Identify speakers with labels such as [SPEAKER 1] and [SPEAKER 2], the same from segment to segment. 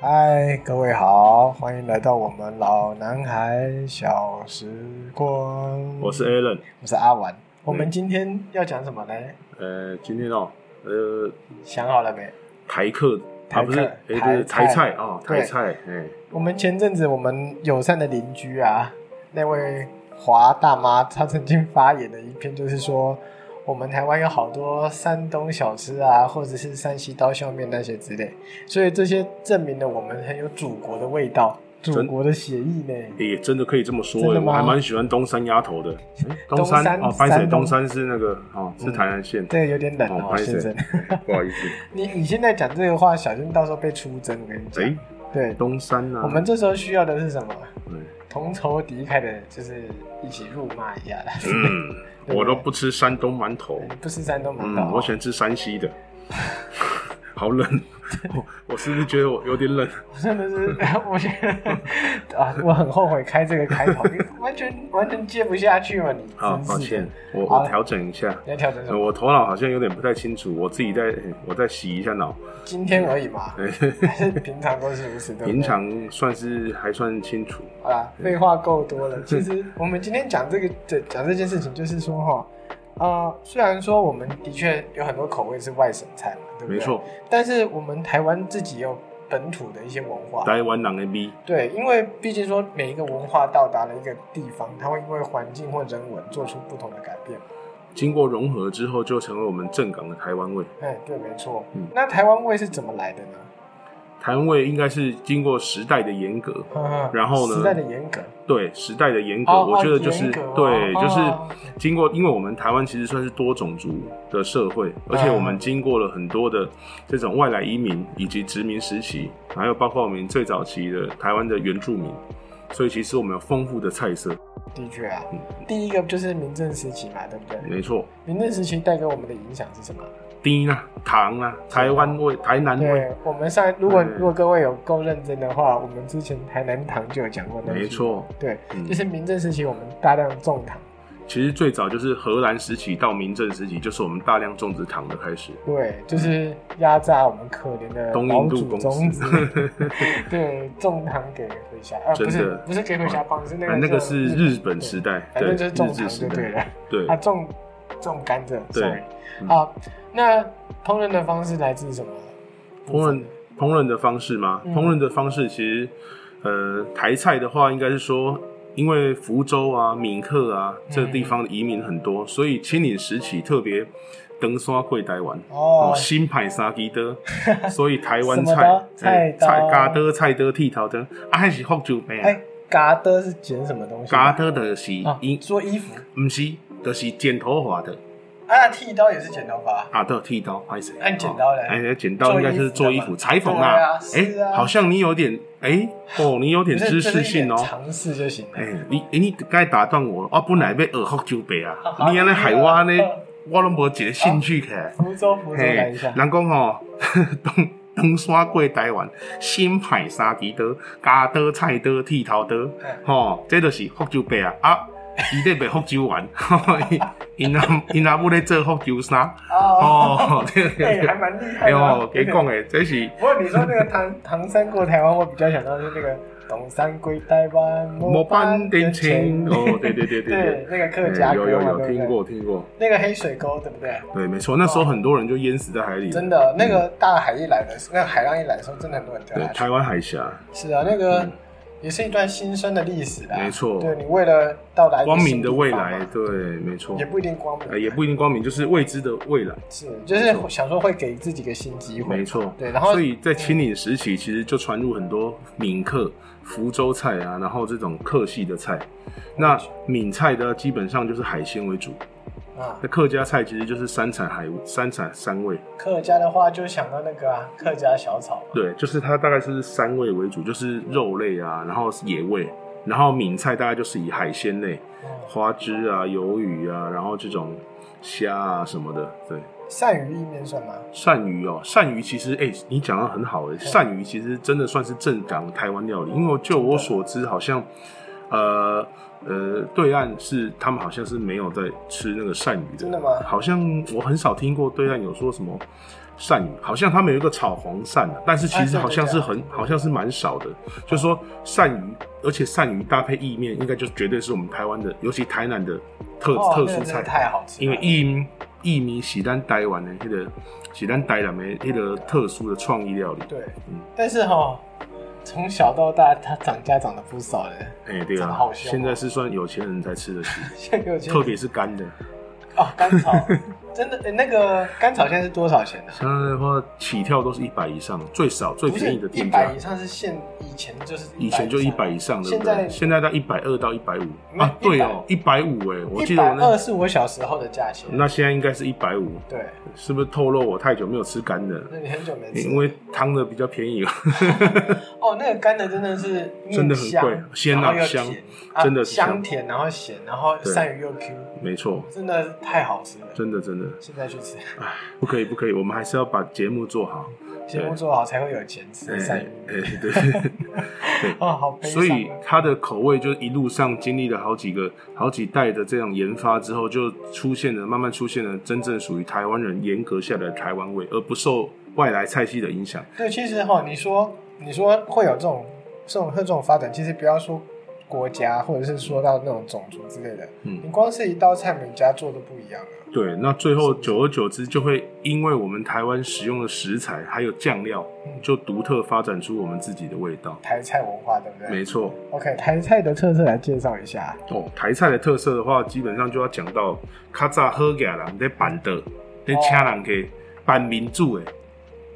[SPEAKER 1] 嗨，各位好，欢迎来到我们老男孩小时光。
[SPEAKER 2] 我是嗯 Alan，
[SPEAKER 1] 我是阿玩。我们今天要讲什么呢？
[SPEAKER 2] 呃，今天哦，呃，
[SPEAKER 1] 想好了没？
[SPEAKER 2] 台客，
[SPEAKER 1] 台
[SPEAKER 2] 啊
[SPEAKER 1] 客
[SPEAKER 2] 不是，哎，
[SPEAKER 1] 台
[SPEAKER 2] 对，
[SPEAKER 1] 菜
[SPEAKER 2] 台菜啊，
[SPEAKER 1] 对
[SPEAKER 2] 台菜，哎，
[SPEAKER 1] 我们前阵子我们友善的邻居啊，那位华大妈，她曾经发言的一篇就是说，我们台湾有好多山东小吃啊，或者是山西刀削面那些之类，所以这些证明了我们很有祖国的味道，祖国的血意呢。
[SPEAKER 2] 也真的可以这么说
[SPEAKER 1] 真的，
[SPEAKER 2] 哎，
[SPEAKER 1] 吗
[SPEAKER 2] 我还蛮喜欢东山鸭头的。哎
[SPEAKER 1] 东山
[SPEAKER 2] 山哦，拍谁？
[SPEAKER 1] 山东
[SPEAKER 2] 东山是那个哦，是台南县。
[SPEAKER 1] 这个有点冷哦，
[SPEAKER 2] 哦
[SPEAKER 1] 先生。
[SPEAKER 2] 哎不好意思，
[SPEAKER 1] 你你现在讲这个话，小心到时候被出征。我跟你讲，
[SPEAKER 2] 哎，
[SPEAKER 1] 对，
[SPEAKER 2] 东山啊，
[SPEAKER 1] 我们这时候需要的是什么？
[SPEAKER 2] 哎
[SPEAKER 1] 同仇敌忾的，就是一起辱骂一下啦。
[SPEAKER 2] 嗯，
[SPEAKER 1] 对
[SPEAKER 2] 我都不吃山东馒头，
[SPEAKER 1] 你不是山东馒头、
[SPEAKER 2] 嗯，我喜欢吃山 西的。好冷， 我我是不是觉得我有点冷？
[SPEAKER 1] 我真的是， 我觉得啊，我很后悔开这个开 头，完全完全接不下去嘛，你
[SPEAKER 2] 好，
[SPEAKER 1] 真
[SPEAKER 2] 啊抱
[SPEAKER 1] 是的
[SPEAKER 2] 歉。，我
[SPEAKER 1] 好
[SPEAKER 2] 我调整一下。
[SPEAKER 1] 你要调整什
[SPEAKER 2] 呃
[SPEAKER 1] 么？
[SPEAKER 2] 我头脑好像有点不太清楚，我自己在我再洗一下脑。
[SPEAKER 1] 今天而已嘛， 还是平常都是如此，对不对？
[SPEAKER 2] 平常算是还算清楚，
[SPEAKER 1] 好啦，
[SPEAKER 2] 嗯
[SPEAKER 1] 废话够多了。其实我们今天讲这个这讲这件事情，就是说哈，呃，虽然说我们的确有很多口味是外省菜嘛，对不对？
[SPEAKER 2] 没错。。
[SPEAKER 1] 但是我们台湾自己也有本土的一些文化，
[SPEAKER 2] 台湾人的味，
[SPEAKER 1] 对，因为毕竟说每一个文化到达了一个地方，它会因为环境或人文做出不同的改变。
[SPEAKER 2] 经过融合之后，就成为我们正港的台湾味。
[SPEAKER 1] 哎，对，没错。
[SPEAKER 2] 嗯
[SPEAKER 1] 那台湾味是怎么来的呢？
[SPEAKER 2] 台湾味应该是经过时代的严格，
[SPEAKER 1] 呵呵
[SPEAKER 2] 嗯然后
[SPEAKER 1] 嗯
[SPEAKER 2] 呢
[SPEAKER 1] 时代的严格，
[SPEAKER 2] 对时代的严格，
[SPEAKER 1] 哦
[SPEAKER 2] 我觉得就是、
[SPEAKER 1] 哦严格哦
[SPEAKER 2] 对，
[SPEAKER 1] 哦
[SPEAKER 2] 就是经过，因为我们台湾其实算是多种族的社会，而且我
[SPEAKER 1] 嗯
[SPEAKER 2] 们经过了很多的这种外来移民以及殖民时期，还有包括我们最早期的台湾的原住民，所以其实我们有丰富的菜色，
[SPEAKER 1] 的确啊
[SPEAKER 2] 嗯。
[SPEAKER 1] 第一个就是民政时期嘛，对不对？
[SPEAKER 2] 没错。
[SPEAKER 1] 民政时期带给我们的影响是什么？
[SPEAKER 2] 低啦、糖啦、啊台湾味、台南味，
[SPEAKER 1] 对，我们上一如果
[SPEAKER 2] 对
[SPEAKER 1] 如果各位有够认真的话，我们之前台南堂就有讲过东西。
[SPEAKER 2] 没，错。
[SPEAKER 1] 对，
[SPEAKER 2] 嗯
[SPEAKER 1] 就是民政时期我们大量种糖，
[SPEAKER 2] 其实最早就是荷兰时期到明郑时期，就是我们大量种植糖的开始。
[SPEAKER 1] 对，就是压榨我们可怜的
[SPEAKER 2] 东
[SPEAKER 1] 老
[SPEAKER 2] 印度
[SPEAKER 1] 祖
[SPEAKER 2] 公
[SPEAKER 1] 宗
[SPEAKER 2] 司
[SPEAKER 1] 子， 对，种糖给回家，啊，不
[SPEAKER 2] 真
[SPEAKER 1] 是
[SPEAKER 2] 的
[SPEAKER 1] 不是给回家帮，是那
[SPEAKER 2] 啊
[SPEAKER 1] 个
[SPEAKER 2] 那
[SPEAKER 1] 叫
[SPEAKER 2] 个是日本时
[SPEAKER 1] 对
[SPEAKER 2] 代，
[SPEAKER 1] 反
[SPEAKER 2] 对，
[SPEAKER 1] 正就是种
[SPEAKER 2] 日
[SPEAKER 1] 糖
[SPEAKER 2] 治时
[SPEAKER 1] 就对
[SPEAKER 2] 代，
[SPEAKER 1] 了，
[SPEAKER 2] 对
[SPEAKER 1] 啊，，种种甘蔗，
[SPEAKER 2] 对
[SPEAKER 1] sorry，
[SPEAKER 2] 嗯
[SPEAKER 1] 好，那烹饪的方式来自什么？
[SPEAKER 2] 烹饪烹饪的方式吗？
[SPEAKER 1] 嗯
[SPEAKER 2] 烹饪的方式其实，呃，台菜的话应该是说，因为福州啊、闽客啊这地方的移民很多，所以清领时期特别登刷贵台湾。
[SPEAKER 1] 哦
[SPEAKER 2] 哦，，新派沙基 的，所以台湾
[SPEAKER 1] 什么的
[SPEAKER 2] 菜哎
[SPEAKER 1] 菜刀
[SPEAKER 2] 菜嘎的菜的剃头的，啊还是福州饼啊，
[SPEAKER 1] 哎，嘎的是剪什么东西？
[SPEAKER 2] 嘎的的是
[SPEAKER 1] 啊
[SPEAKER 2] 因，
[SPEAKER 1] 做衣服。
[SPEAKER 2] 不是，就是剪头发的
[SPEAKER 1] 啊，剃刀也是剪头发，
[SPEAKER 2] 啊，都有剃刀，拍谁？
[SPEAKER 1] 那你剪刀嘞
[SPEAKER 2] 哎，剪刀应该是
[SPEAKER 1] 做
[SPEAKER 2] 做
[SPEAKER 1] 衣
[SPEAKER 2] 衣
[SPEAKER 1] 服的嘛
[SPEAKER 2] 服裁缝
[SPEAKER 1] 对啊是啊
[SPEAKER 2] 哎，好像你有点哎哦，你有
[SPEAKER 1] 不
[SPEAKER 2] 点
[SPEAKER 1] 是
[SPEAKER 2] 知
[SPEAKER 1] 这是
[SPEAKER 2] 识
[SPEAKER 1] 一
[SPEAKER 2] 性
[SPEAKER 1] 点
[SPEAKER 2] 哦。
[SPEAKER 1] 尝试就行了。
[SPEAKER 2] 哎，你哎你该打断我，我本来要学福州饼
[SPEAKER 1] 好
[SPEAKER 2] 啊，你安尼害我安尼
[SPEAKER 1] 好，
[SPEAKER 2] 我拢无一个兴趣起来。
[SPEAKER 1] 福州，福州来
[SPEAKER 2] 嘿
[SPEAKER 1] 一下，
[SPEAKER 2] 人讲吼， 东东山过台湾，新派三支刀，加刀、菜刀、剃头刀，
[SPEAKER 1] 哎
[SPEAKER 2] 吼、这就是福州白啊！啊，伊咧卖福州丸， 因阿因阿母咧做福州衫，
[SPEAKER 1] 哦，
[SPEAKER 2] 哦，对对
[SPEAKER 1] 哎，还
[SPEAKER 2] 对，
[SPEAKER 1] 蛮厉害
[SPEAKER 2] 哎
[SPEAKER 1] 的啊。
[SPEAKER 2] 呦，给讲诶，这是
[SPEAKER 1] 不过你说那个唐 唐山过台湾，我比较想到是那个东山归台湾，
[SPEAKER 2] 模板点清
[SPEAKER 1] 对
[SPEAKER 2] 哦，对对 对
[SPEAKER 1] 对
[SPEAKER 2] 对，
[SPEAKER 1] 那个客
[SPEAKER 2] 对，
[SPEAKER 1] 家
[SPEAKER 2] 哎有
[SPEAKER 1] 歌
[SPEAKER 2] 有
[SPEAKER 1] 嘛，
[SPEAKER 2] 有
[SPEAKER 1] 对不
[SPEAKER 2] 听
[SPEAKER 1] 对？
[SPEAKER 2] 过听过，
[SPEAKER 1] 那个黑水沟，对不对？
[SPEAKER 2] 对，没错，那时候很多人就淹死在海里，
[SPEAKER 1] 真，的，那个大海一来的时候，那个海浪一来的时候，真的很多人掉
[SPEAKER 2] 对
[SPEAKER 1] 下，去。
[SPEAKER 2] 台湾海峡，
[SPEAKER 1] 是啊，那个也是一段新生的历史啦。
[SPEAKER 2] 没错
[SPEAKER 1] 对你为了到达一个
[SPEAKER 2] 光明
[SPEAKER 1] 新
[SPEAKER 2] 的
[SPEAKER 1] 地
[SPEAKER 2] 未
[SPEAKER 1] 方
[SPEAKER 2] 来
[SPEAKER 1] 嘛，
[SPEAKER 2] 对，没错
[SPEAKER 1] 也，不一定光明
[SPEAKER 2] 呃，也不一定光明，就是未知的未来。
[SPEAKER 1] 是，就是想说会给自己一个新机会。
[SPEAKER 2] 嗯没错，
[SPEAKER 1] 对然后
[SPEAKER 2] 所以在清领时期，其实就传入很多闽客、福州菜啊，然后这种客系的菜。那闽菜的基本上就是海鲜为主，
[SPEAKER 1] 啊，
[SPEAKER 2] 那客家菜其实就是山产海山产山味，
[SPEAKER 1] 客家的话就想到那个啊，客家小炒嘛。
[SPEAKER 2] 对，就是它大概是山味为主，就是肉类啊，然后野味，然后闽菜大概就是以海鲜类，
[SPEAKER 1] 嗯
[SPEAKER 2] 花枝啊、鱿鱼啊，然后这种虾啊什么的，对。
[SPEAKER 1] 鳝鱼意面算吗？
[SPEAKER 2] 鳝鱼哦，鳝鱼其实哎、你讲的很
[SPEAKER 1] 嗯
[SPEAKER 2] 好哎，鳝鱼其实真的算是正港台湾料理，因为就我所知，好像呃呃，对岸是他们好像是没有在吃那个�န်鱼的，
[SPEAKER 1] 真的吗
[SPEAKER 2] 好像我很少听过对岸有说什么鳝鱼，好像他们有一个炒黄鳝啊，但是其实好像是很、好像是蛮少的。就说鳝鱼，而且鳝鱼搭配意面，应该就绝对是我们台湾的，尤其台南的特、
[SPEAKER 1] 哦
[SPEAKER 2] 特
[SPEAKER 1] 那
[SPEAKER 2] 殊
[SPEAKER 1] 个真
[SPEAKER 2] 菜
[SPEAKER 1] 的。太好吃了，
[SPEAKER 2] 因为薏薏米是咱台湾的迄、个，是咱台南的迄个特殊的创意料理。
[SPEAKER 1] 对
[SPEAKER 2] 嗯，
[SPEAKER 1] 但是哈，从小到大他涨价涨得不少了，
[SPEAKER 2] 哎、
[SPEAKER 1] 真
[SPEAKER 2] 对
[SPEAKER 1] 的
[SPEAKER 2] 啊
[SPEAKER 1] 好，香哦
[SPEAKER 2] 现在是算有钱人才吃得起，
[SPEAKER 1] 现在给我去
[SPEAKER 2] 特别是干的。
[SPEAKER 1] 哦，甘草 真的、欸那个甘草现在是多少钱呢、
[SPEAKER 2] 现在的话，起跳都是一百以上，最少最
[SPEAKER 1] 不是
[SPEAKER 2] 便宜的
[SPEAKER 1] 一
[SPEAKER 2] 店家
[SPEAKER 1] 百以，上是现以前就是100
[SPEAKER 2] 以前就一百以上，对不对？
[SPEAKER 1] 现在
[SPEAKER 2] 现在到一百二到一百五
[SPEAKER 1] 那
[SPEAKER 2] 啊，对哦，一百五哎，我记
[SPEAKER 1] 一
[SPEAKER 2] 得
[SPEAKER 1] 百
[SPEAKER 2] 我
[SPEAKER 1] 二
[SPEAKER 2] 那
[SPEAKER 1] 是我小时候的价钱。
[SPEAKER 2] 那现在应该是一百五，
[SPEAKER 1] 对，
[SPEAKER 2] 是不是透露我太久没有吃干的了？
[SPEAKER 1] 那你很久没吃，
[SPEAKER 2] 因为汤的比较便宜了，
[SPEAKER 1] 哦，那个干的真的是又
[SPEAKER 2] 真的很
[SPEAKER 1] 香
[SPEAKER 2] 贵鲜啊
[SPEAKER 1] 然后又
[SPEAKER 2] 香
[SPEAKER 1] 甜
[SPEAKER 2] 真的是香
[SPEAKER 1] 香甜，然后咸，然后
[SPEAKER 2] 对
[SPEAKER 1] 鳝鱼又 Q，
[SPEAKER 2] 没错，
[SPEAKER 1] 真的太好吃了。
[SPEAKER 2] 真的真的。
[SPEAKER 1] 现在去吃，
[SPEAKER 2] 唉，不可以，不可以，我们还是要把节目做好。
[SPEAKER 1] 节目做好才会有钱吃
[SPEAKER 2] 哎
[SPEAKER 1] 鳝鱼。
[SPEAKER 2] 哎 对，
[SPEAKER 1] 哦，好悲
[SPEAKER 2] 所
[SPEAKER 1] 伤
[SPEAKER 2] 以
[SPEAKER 1] 啊。
[SPEAKER 2] 它的口味就一路上经历了好几个、好几代的这样研发之后，就出现了慢慢出现了真正属于台湾人严格下的台湾味，而不受外来菜系的影响。
[SPEAKER 1] 对，其实哈，你说你说会有这种这种会有这种发展，其实不要说国家，或者是说到那种种族之类的，
[SPEAKER 2] 嗯
[SPEAKER 1] 你光是一道菜，每家做都不一样啊。
[SPEAKER 2] 对，那最后久而久之就会因为我们台湾使用的食材还有酱料，
[SPEAKER 1] 嗯
[SPEAKER 2] 就独特发展出我们自己的味道。
[SPEAKER 1] 台菜文化，对不对？
[SPEAKER 2] 没错，
[SPEAKER 1] OK，台菜的特色来介绍一下。
[SPEAKER 2] 哦，台菜的特色的话，基本上就要讲到较早好家人在办的，在请人去办民主的，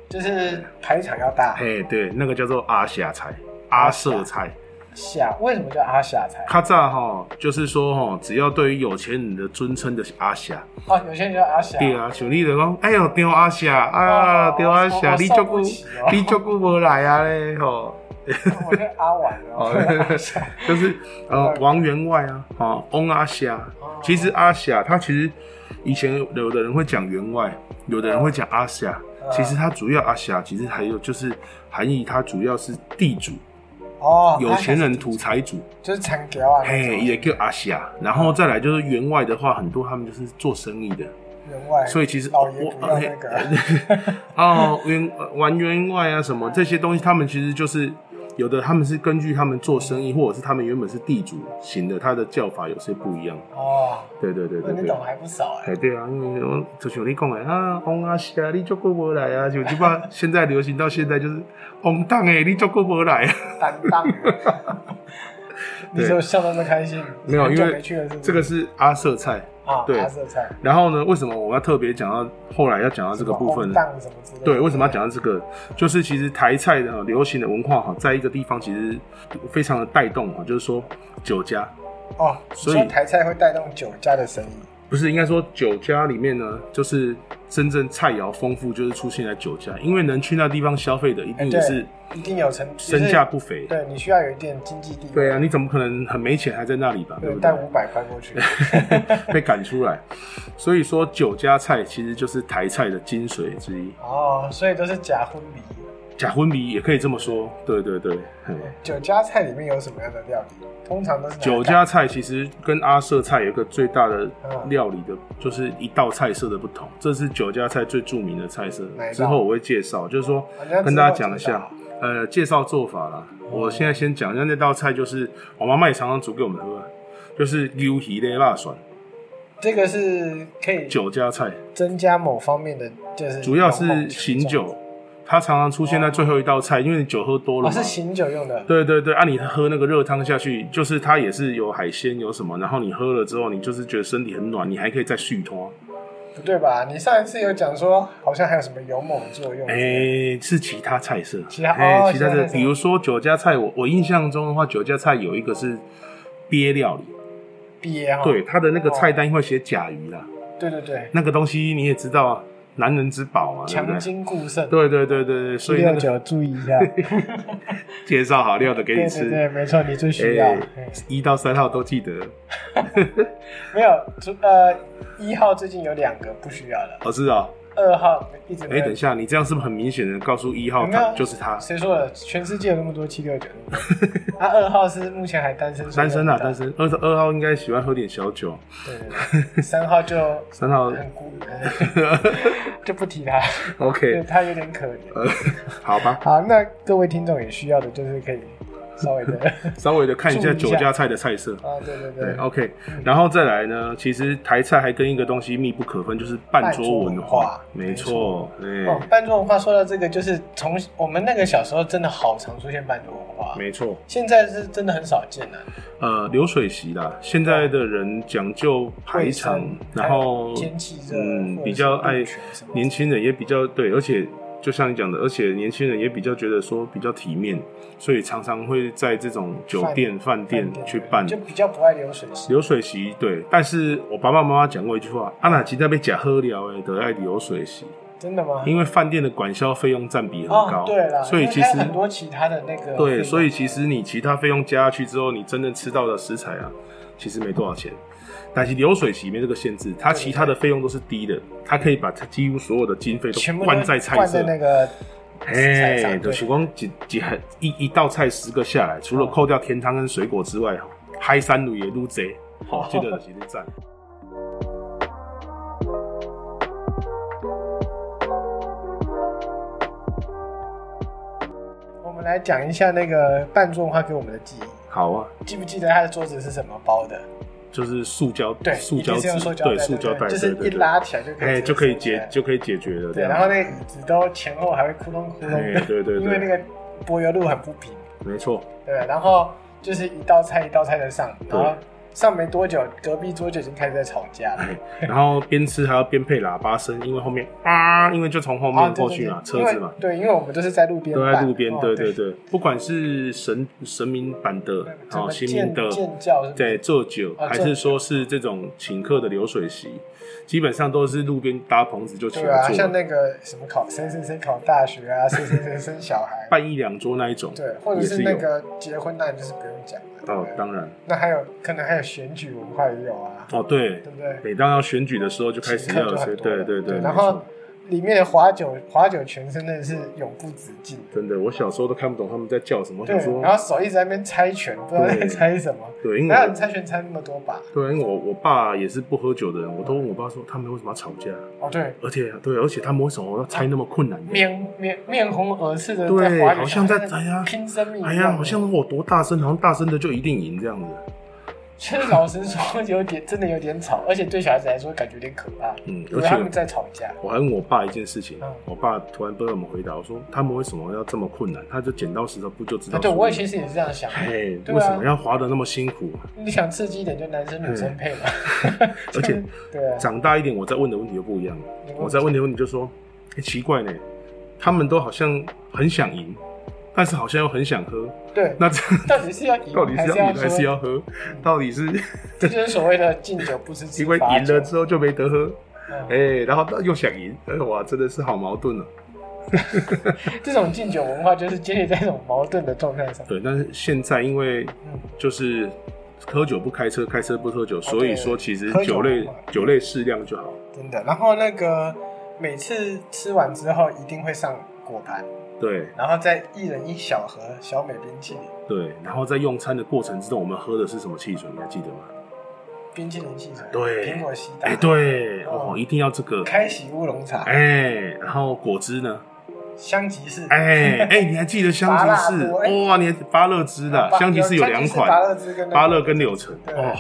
[SPEAKER 1] 就是排场要大，
[SPEAKER 2] 嘿，对，那个叫做阿霞菜、阿舍菜。
[SPEAKER 1] 下为什么叫阿下菜？
[SPEAKER 2] 较早吼，就是说吼，只要对于有钱人的尊称就是阿霞，
[SPEAKER 1] 哦，有些人叫阿下，
[SPEAKER 2] 对啊，像你就讲，哎呦，张阿霞啊，
[SPEAKER 1] 哦
[SPEAKER 2] 张阿霞，
[SPEAKER 1] 我
[SPEAKER 2] 你
[SPEAKER 1] 我
[SPEAKER 2] 足
[SPEAKER 1] 受不
[SPEAKER 2] 久
[SPEAKER 1] 起哦，
[SPEAKER 2] 你足久无来啊咧吼。
[SPEAKER 1] 我叫阿婉哦
[SPEAKER 2] 哦，就是呃
[SPEAKER 1] 对
[SPEAKER 2] 王员外啊，啊翁阿霞
[SPEAKER 1] 哦，
[SPEAKER 2] 其实阿霞他其实以前有的人会讲员外，有的人会讲阿霞，
[SPEAKER 1] 嗯
[SPEAKER 2] 其实他主要阿霞其实还有就是含义，它主要是地主、
[SPEAKER 1] 哦，
[SPEAKER 2] 有钱人土财主，
[SPEAKER 1] 就是长条啊，
[SPEAKER 2] 嘿，哎也叫阿霞。然后再来就是员外的话，很多他们就是做生意的，
[SPEAKER 1] 员外，
[SPEAKER 2] 所以其实
[SPEAKER 1] 哎老爷
[SPEAKER 2] 我哎
[SPEAKER 1] 不要那个，
[SPEAKER 2] 哦，员玩员外啊什么这些东西，他们其实就是有的，他们是根据他们做生意，或者是他们原本是地主型的，他的叫法有些不一样。
[SPEAKER 1] 哦，
[SPEAKER 2] 对对对对
[SPEAKER 1] 你
[SPEAKER 2] 对。
[SPEAKER 1] 懂还不少哎
[SPEAKER 2] 哎，，对啊，因为我就像你讲的啊，翁阿霞，你足够无来啊，就即把现在流行到现在就是翁当哎，你足够无来啊。
[SPEAKER 1] 担 当。你就笑得那么开心，
[SPEAKER 2] 没有，
[SPEAKER 1] 很
[SPEAKER 2] 因
[SPEAKER 1] 久
[SPEAKER 2] 为
[SPEAKER 1] 没去了是不
[SPEAKER 2] 这个是阿瑟菜。
[SPEAKER 1] 啊，
[SPEAKER 2] 对
[SPEAKER 1] 阿色菜
[SPEAKER 2] 然后呢，为什么我要特别讲到后来要讲到这个部分呢？
[SPEAKER 1] 蛋哦什么之类的，
[SPEAKER 2] 对，为什么要讲到这个？就是其实台菜的流行的文化哈，在一个地方其实非常的带动啊，就是说酒家
[SPEAKER 1] 哦？
[SPEAKER 2] 所以
[SPEAKER 1] 你说台菜会带动酒家的生意，
[SPEAKER 2] 不是应该说酒家里面呢，就是真正菜肴丰富，就是出现在酒家，因为能去那地方消费的，一定
[SPEAKER 1] 哎
[SPEAKER 2] 嗯也
[SPEAKER 1] 对
[SPEAKER 2] 是
[SPEAKER 1] 一定有成
[SPEAKER 2] 身价，不
[SPEAKER 1] 就。
[SPEAKER 2] 菲
[SPEAKER 1] 是对你需要有一点经济地位，
[SPEAKER 2] 对啊，你怎么可能很没钱还在那里吧？对
[SPEAKER 1] 对，
[SPEAKER 2] 不
[SPEAKER 1] 带
[SPEAKER 2] 对？
[SPEAKER 1] 五百块过 去，
[SPEAKER 2] 被赶出来，所以说酒家菜其实就是台菜的精髓之一，
[SPEAKER 1] 哦，所以都是假婚礼。
[SPEAKER 2] 假婚迷也可以这么说。对对对，嗯。
[SPEAKER 1] 酒家菜里面有什么样的料理？通常都是哪一道
[SPEAKER 2] 酒家菜其实跟阿舍菜有一个最大的料理的，就是一道菜色的不同。这是酒家菜最著名的菜色
[SPEAKER 1] 哪一，道
[SPEAKER 2] 之后我会哦介绍，就是说
[SPEAKER 1] 好像
[SPEAKER 2] 跟大家讲一哦
[SPEAKER 1] 之后
[SPEAKER 2] 下
[SPEAKER 1] 知道，
[SPEAKER 2] 呃，介绍做法啦。我现在先讲一下那道菜，就是我妈妈也常常煮给我们喝，就是牛皮的辣蒜
[SPEAKER 1] 这个是可以
[SPEAKER 2] 酒家菜，
[SPEAKER 1] 增加某方面的，就是
[SPEAKER 2] 主要
[SPEAKER 1] 浓厚
[SPEAKER 2] 是
[SPEAKER 1] 甜
[SPEAKER 2] 醒
[SPEAKER 1] 重
[SPEAKER 2] 酒，它常常出现在最后一道菜，因为你酒喝多了
[SPEAKER 1] 哦，
[SPEAKER 2] 嘛
[SPEAKER 1] 是。醒酒用的。
[SPEAKER 2] 对对对，啊，你喝那个热汤下去，就是它也是有海鲜有什么，然后你喝了之后，你就是觉得身体很暖，你还可以再续啊托。
[SPEAKER 1] 嗯不对吧？你上一次有讲说，好像还有什么油猛作用？
[SPEAKER 2] 哎、是其他菜色，
[SPEAKER 1] 其他
[SPEAKER 2] 哎、
[SPEAKER 1] 哦
[SPEAKER 2] 其他
[SPEAKER 1] 其他
[SPEAKER 2] 的，
[SPEAKER 1] 菜色
[SPEAKER 2] 比如说酒家菜，我我印象中的话，酒家菜有一个是鳖料理，
[SPEAKER 1] 哦鳖哈，
[SPEAKER 2] 对，它的那个菜单会写甲鱼啦，
[SPEAKER 1] 对对对，
[SPEAKER 2] 那个东西你也知道啊，男人之宝嘛，对
[SPEAKER 1] 强
[SPEAKER 2] 不对？
[SPEAKER 1] 筋固肾。
[SPEAKER 2] 对对对对对，所以那
[SPEAKER 1] 六
[SPEAKER 2] 个
[SPEAKER 1] 九注意一 下，
[SPEAKER 2] 介绍好料的给
[SPEAKER 1] 对
[SPEAKER 2] 你
[SPEAKER 1] 对
[SPEAKER 2] 吃，
[SPEAKER 1] 对，没错，你最需
[SPEAKER 2] 哎
[SPEAKER 1] 要。嗯
[SPEAKER 2] 一到三号都记得，
[SPEAKER 1] 没有，除呃一号最近有两个不需要了，
[SPEAKER 2] 哦是哦，
[SPEAKER 1] 二号一直
[SPEAKER 2] 哎、
[SPEAKER 1] 没有
[SPEAKER 2] 等一下，你这样是不是很明显的告诉一号
[SPEAKER 1] 有没有
[SPEAKER 2] 他就是他
[SPEAKER 1] 谁说的？全世界有那么多七六九， 他啊二号是目前还单身，
[SPEAKER 2] 单身啊，
[SPEAKER 1] 所以
[SPEAKER 2] 单身。二十二号应该喜欢喝点小酒，
[SPEAKER 1] 对对对，三号就
[SPEAKER 2] 三号
[SPEAKER 1] 很孤独， 就不提他，对
[SPEAKER 2] OK，
[SPEAKER 1] 他有点可怜。
[SPEAKER 2] 呃，好吧，
[SPEAKER 1] 好，那各位听众也需要的就是可以稍微的
[SPEAKER 2] 稍微的看一下
[SPEAKER 1] 注意一
[SPEAKER 2] 酒
[SPEAKER 1] 下
[SPEAKER 2] 家菜的菜色。
[SPEAKER 1] 啊，对对
[SPEAKER 2] 对哦
[SPEAKER 1] 对，
[SPEAKER 2] ，OK，然后再来呢，其实台菜还跟一个东西密不可分，就是半桌文化。
[SPEAKER 1] 半桌文化
[SPEAKER 2] 没错，对，
[SPEAKER 1] 哦，半桌文化说到这个，就是从我们那个小时候真的好常出现半桌文化，
[SPEAKER 2] 没错。
[SPEAKER 1] 现在是真的很少见了、
[SPEAKER 2] 呃，流水席啦，现在的人讲究排场
[SPEAKER 1] 卫生，
[SPEAKER 2] 然后
[SPEAKER 1] 天气热
[SPEAKER 2] 嗯
[SPEAKER 1] 或者，是
[SPEAKER 2] 比较爱
[SPEAKER 1] 鹿泉什么的
[SPEAKER 2] 年轻人也比较对，而且就像你讲的，而且年轻人也比较觉得说比较体面，所以常常会在这种酒店、饭店去办
[SPEAKER 1] 就比较不爱流水席。
[SPEAKER 2] 流水席。对，但是我爸爸妈妈讲过一句话：啊阿纳吉在被假喝了哎，得爱流水席，
[SPEAKER 1] 真的吗？
[SPEAKER 2] 因为饭店的管销费用占比很
[SPEAKER 1] 哦
[SPEAKER 2] 高，，
[SPEAKER 1] 对啦，
[SPEAKER 2] 所以
[SPEAKER 1] 因为
[SPEAKER 2] 其
[SPEAKER 1] 它
[SPEAKER 2] 实
[SPEAKER 1] 很多其他的那个费
[SPEAKER 2] 对，
[SPEAKER 1] 用
[SPEAKER 2] 所以其实你其他费用加下去之后，你真正吃到的食材啊，其实没多少钱。但是流水席没这个限制，它其他的费用都是低的，它可以把它几乎所有的经费
[SPEAKER 1] 全
[SPEAKER 2] 都
[SPEAKER 1] 部
[SPEAKER 2] 灌
[SPEAKER 1] 都
[SPEAKER 2] 在菜
[SPEAKER 1] 灌
[SPEAKER 2] 色
[SPEAKER 1] 在。那个食材
[SPEAKER 2] 哎，
[SPEAKER 1] 上，
[SPEAKER 2] 就
[SPEAKER 1] 对，
[SPEAKER 2] 许光几几一一道菜十个下来，
[SPEAKER 1] 哦
[SPEAKER 2] 除了扣掉甜汤跟水果之外，嗨三卤也卤贼，
[SPEAKER 1] 哦
[SPEAKER 2] 好，记得的其实 赞。
[SPEAKER 1] 我们来讲一下那个半桌文化给我们的记忆，
[SPEAKER 2] 好啊，
[SPEAKER 1] 记不记得它的桌子是什么包的？
[SPEAKER 2] 就是塑胶
[SPEAKER 1] 对，
[SPEAKER 2] 塑
[SPEAKER 1] 一
[SPEAKER 2] 胶
[SPEAKER 1] 定是
[SPEAKER 2] 纸
[SPEAKER 1] 用塑，胶
[SPEAKER 2] 对
[SPEAKER 1] 袋，
[SPEAKER 2] 塑胶
[SPEAKER 1] 对
[SPEAKER 2] 袋，
[SPEAKER 1] 不对就
[SPEAKER 2] 对
[SPEAKER 1] 是
[SPEAKER 2] 对
[SPEAKER 1] 一
[SPEAKER 2] 对，
[SPEAKER 1] 拉起来就可以直
[SPEAKER 2] 哎
[SPEAKER 1] 接
[SPEAKER 2] 就可以
[SPEAKER 1] 收起来
[SPEAKER 2] 解就可以解决了。这
[SPEAKER 1] 对，
[SPEAKER 2] 样
[SPEAKER 1] 然后那个椅子都前后还会窟窿窟窿
[SPEAKER 2] 哎
[SPEAKER 1] 的，
[SPEAKER 2] 对 对
[SPEAKER 1] 因为那
[SPEAKER 2] 对，
[SPEAKER 1] 个柏油路很不平，
[SPEAKER 2] 没错。
[SPEAKER 1] 对，然后就是一道菜一道菜的上，
[SPEAKER 2] 对哎
[SPEAKER 1] 然后上没多久，隔壁桌就已经开始在吵架了。
[SPEAKER 2] 然后边吃还要边配喇叭声，因为后面啊，因为就从后面
[SPEAKER 1] 哦对
[SPEAKER 2] 过去嘛，
[SPEAKER 1] 对对
[SPEAKER 2] 车子嘛，
[SPEAKER 1] 因为对，因为我们都是在路边
[SPEAKER 2] 都在
[SPEAKER 1] 办
[SPEAKER 2] 路边
[SPEAKER 1] 哦，
[SPEAKER 2] 对对
[SPEAKER 1] 对
[SPEAKER 2] 对，不管是神神明版的，然
[SPEAKER 1] 什
[SPEAKER 2] 后
[SPEAKER 1] 么
[SPEAKER 2] 新民
[SPEAKER 1] 建
[SPEAKER 2] 的，
[SPEAKER 1] 建教是不是
[SPEAKER 2] 对做酒，
[SPEAKER 1] 啊
[SPEAKER 2] 还
[SPEAKER 1] 做
[SPEAKER 2] 是
[SPEAKER 1] 酒
[SPEAKER 2] 说是这种请客的流水席，基本上都是路边搭棚子就起
[SPEAKER 1] 对啊
[SPEAKER 2] 来，做
[SPEAKER 1] 像
[SPEAKER 2] 了，
[SPEAKER 1] 那个什么考谁谁谁考大学啊，谁谁谁生小孩，啊
[SPEAKER 2] 办一两桌那一种，
[SPEAKER 1] 对，或者
[SPEAKER 2] 也
[SPEAKER 1] 是
[SPEAKER 2] 是
[SPEAKER 1] 那
[SPEAKER 2] 有。
[SPEAKER 1] 个结婚，那你就是不用讲了。对不
[SPEAKER 2] 哦
[SPEAKER 1] 对，
[SPEAKER 2] 当然，
[SPEAKER 1] 那还有可能还有选举文化也有啊，
[SPEAKER 2] 哦对，
[SPEAKER 1] 对不对？
[SPEAKER 2] 每当要选举的时候就开始
[SPEAKER 1] 请
[SPEAKER 2] 要
[SPEAKER 1] 客就
[SPEAKER 2] 有些，
[SPEAKER 1] 很多
[SPEAKER 2] 对
[SPEAKER 1] 了对
[SPEAKER 2] 对对，
[SPEAKER 1] 然
[SPEAKER 2] 没错
[SPEAKER 1] 后里面的划酒划酒全身真的是永不止境。
[SPEAKER 2] 真的，我小时候都看不懂他们在叫什么，我
[SPEAKER 1] 对
[SPEAKER 2] 想，说
[SPEAKER 1] 然后手一直在那边猜拳，不知道在猜什么。
[SPEAKER 2] 对，因为
[SPEAKER 1] 哪有
[SPEAKER 2] 我
[SPEAKER 1] 人猜拳猜那么多把？
[SPEAKER 2] 对，啊因为我我爸也是不喝酒的人，我都问我爸说他们为什么要吵架，
[SPEAKER 1] 哦，对，
[SPEAKER 2] 而且对，而且他们为什么要猜那么困难的？
[SPEAKER 1] 面面面红耳赤的
[SPEAKER 2] 对
[SPEAKER 1] 在划酒，
[SPEAKER 2] 好像在
[SPEAKER 1] 在
[SPEAKER 2] 哎呀
[SPEAKER 1] 拼生命一样。
[SPEAKER 2] 哎呀，好像我多大声，好像大声的就一定赢这样子。
[SPEAKER 1] 其实老实说，有点真的有点吵，而且对小孩子来说感觉有点可怕，
[SPEAKER 2] 嗯，
[SPEAKER 1] 因为
[SPEAKER 2] 而
[SPEAKER 1] 他们
[SPEAKER 2] 且
[SPEAKER 1] 在吵架。
[SPEAKER 2] 我还问我爸一件事情
[SPEAKER 1] 嗯，
[SPEAKER 2] 我爸突然不知道怎么回答，我说他们为什么要这么困难？他就剪刀石头布就知
[SPEAKER 1] 啊，
[SPEAKER 2] 道。
[SPEAKER 1] 对，我也其实也是这样想。
[SPEAKER 2] 哎，为
[SPEAKER 1] 对啊
[SPEAKER 2] 什么要滑的那么辛苦？
[SPEAKER 1] 你想刺激一点，就男生女生配嘛。
[SPEAKER 2] 嗯 而且
[SPEAKER 1] 对啊，
[SPEAKER 2] 长大一点，我再问的问题就不一样了。
[SPEAKER 1] 你问
[SPEAKER 2] 我再问你问题就说，哎，奇怪呢，他们都好像很想赢，但是好像又很想喝，
[SPEAKER 1] 对，
[SPEAKER 2] 那这。
[SPEAKER 1] 到底是要赢
[SPEAKER 2] 到底
[SPEAKER 1] 还
[SPEAKER 2] 是
[SPEAKER 1] 是
[SPEAKER 2] 要赢还
[SPEAKER 1] 说
[SPEAKER 2] 是要喝？到底是
[SPEAKER 1] 这就是所谓的敬酒不吃吃
[SPEAKER 2] 因为
[SPEAKER 1] 罚
[SPEAKER 2] 赢了
[SPEAKER 1] 酒。
[SPEAKER 2] 之后就没得喝，
[SPEAKER 1] 嗯
[SPEAKER 2] 哎、然后又想赢，哎哇，真的是好矛盾啊。
[SPEAKER 1] 这种敬酒文化就是建立在这种矛盾的状态 上。
[SPEAKER 2] 对，但是现在因为
[SPEAKER 1] 嗯
[SPEAKER 2] 就是喝酒不开车，开车不喝酒，所以说其实
[SPEAKER 1] 喝酒
[SPEAKER 2] 哦酒类
[SPEAKER 1] 嘛
[SPEAKER 2] 酒类适量就好。
[SPEAKER 1] 嗯真的。然后那个每次吃完之后一定会上果盘，
[SPEAKER 2] 对
[SPEAKER 1] 然后再一人一小盒小美冰淇淋，
[SPEAKER 2] 对，然后在用餐的过程之中，我们喝的是什么汽水？你还记得吗？
[SPEAKER 1] 冰淇淋汽水，
[SPEAKER 2] 对
[SPEAKER 1] 苹果西打，
[SPEAKER 2] 哎、，对，
[SPEAKER 1] 哦
[SPEAKER 2] 哦，一定要这个。
[SPEAKER 1] 开喜乌龙茶，
[SPEAKER 2] 哎、然后果汁呢？
[SPEAKER 1] 香吉士，
[SPEAKER 2] 哎、 哎、你还记得香
[SPEAKER 1] 芭
[SPEAKER 2] 吉
[SPEAKER 1] 乐
[SPEAKER 2] 士？
[SPEAKER 1] 多哎
[SPEAKER 2] 哇，你还巴乐汁的
[SPEAKER 1] 巴
[SPEAKER 2] 香吉士有
[SPEAKER 1] 香
[SPEAKER 2] 两
[SPEAKER 1] 吉士芭
[SPEAKER 2] 款，
[SPEAKER 1] 乐汁跟那个
[SPEAKER 2] 芭乐跟柳橙。
[SPEAKER 1] 对
[SPEAKER 2] 哦，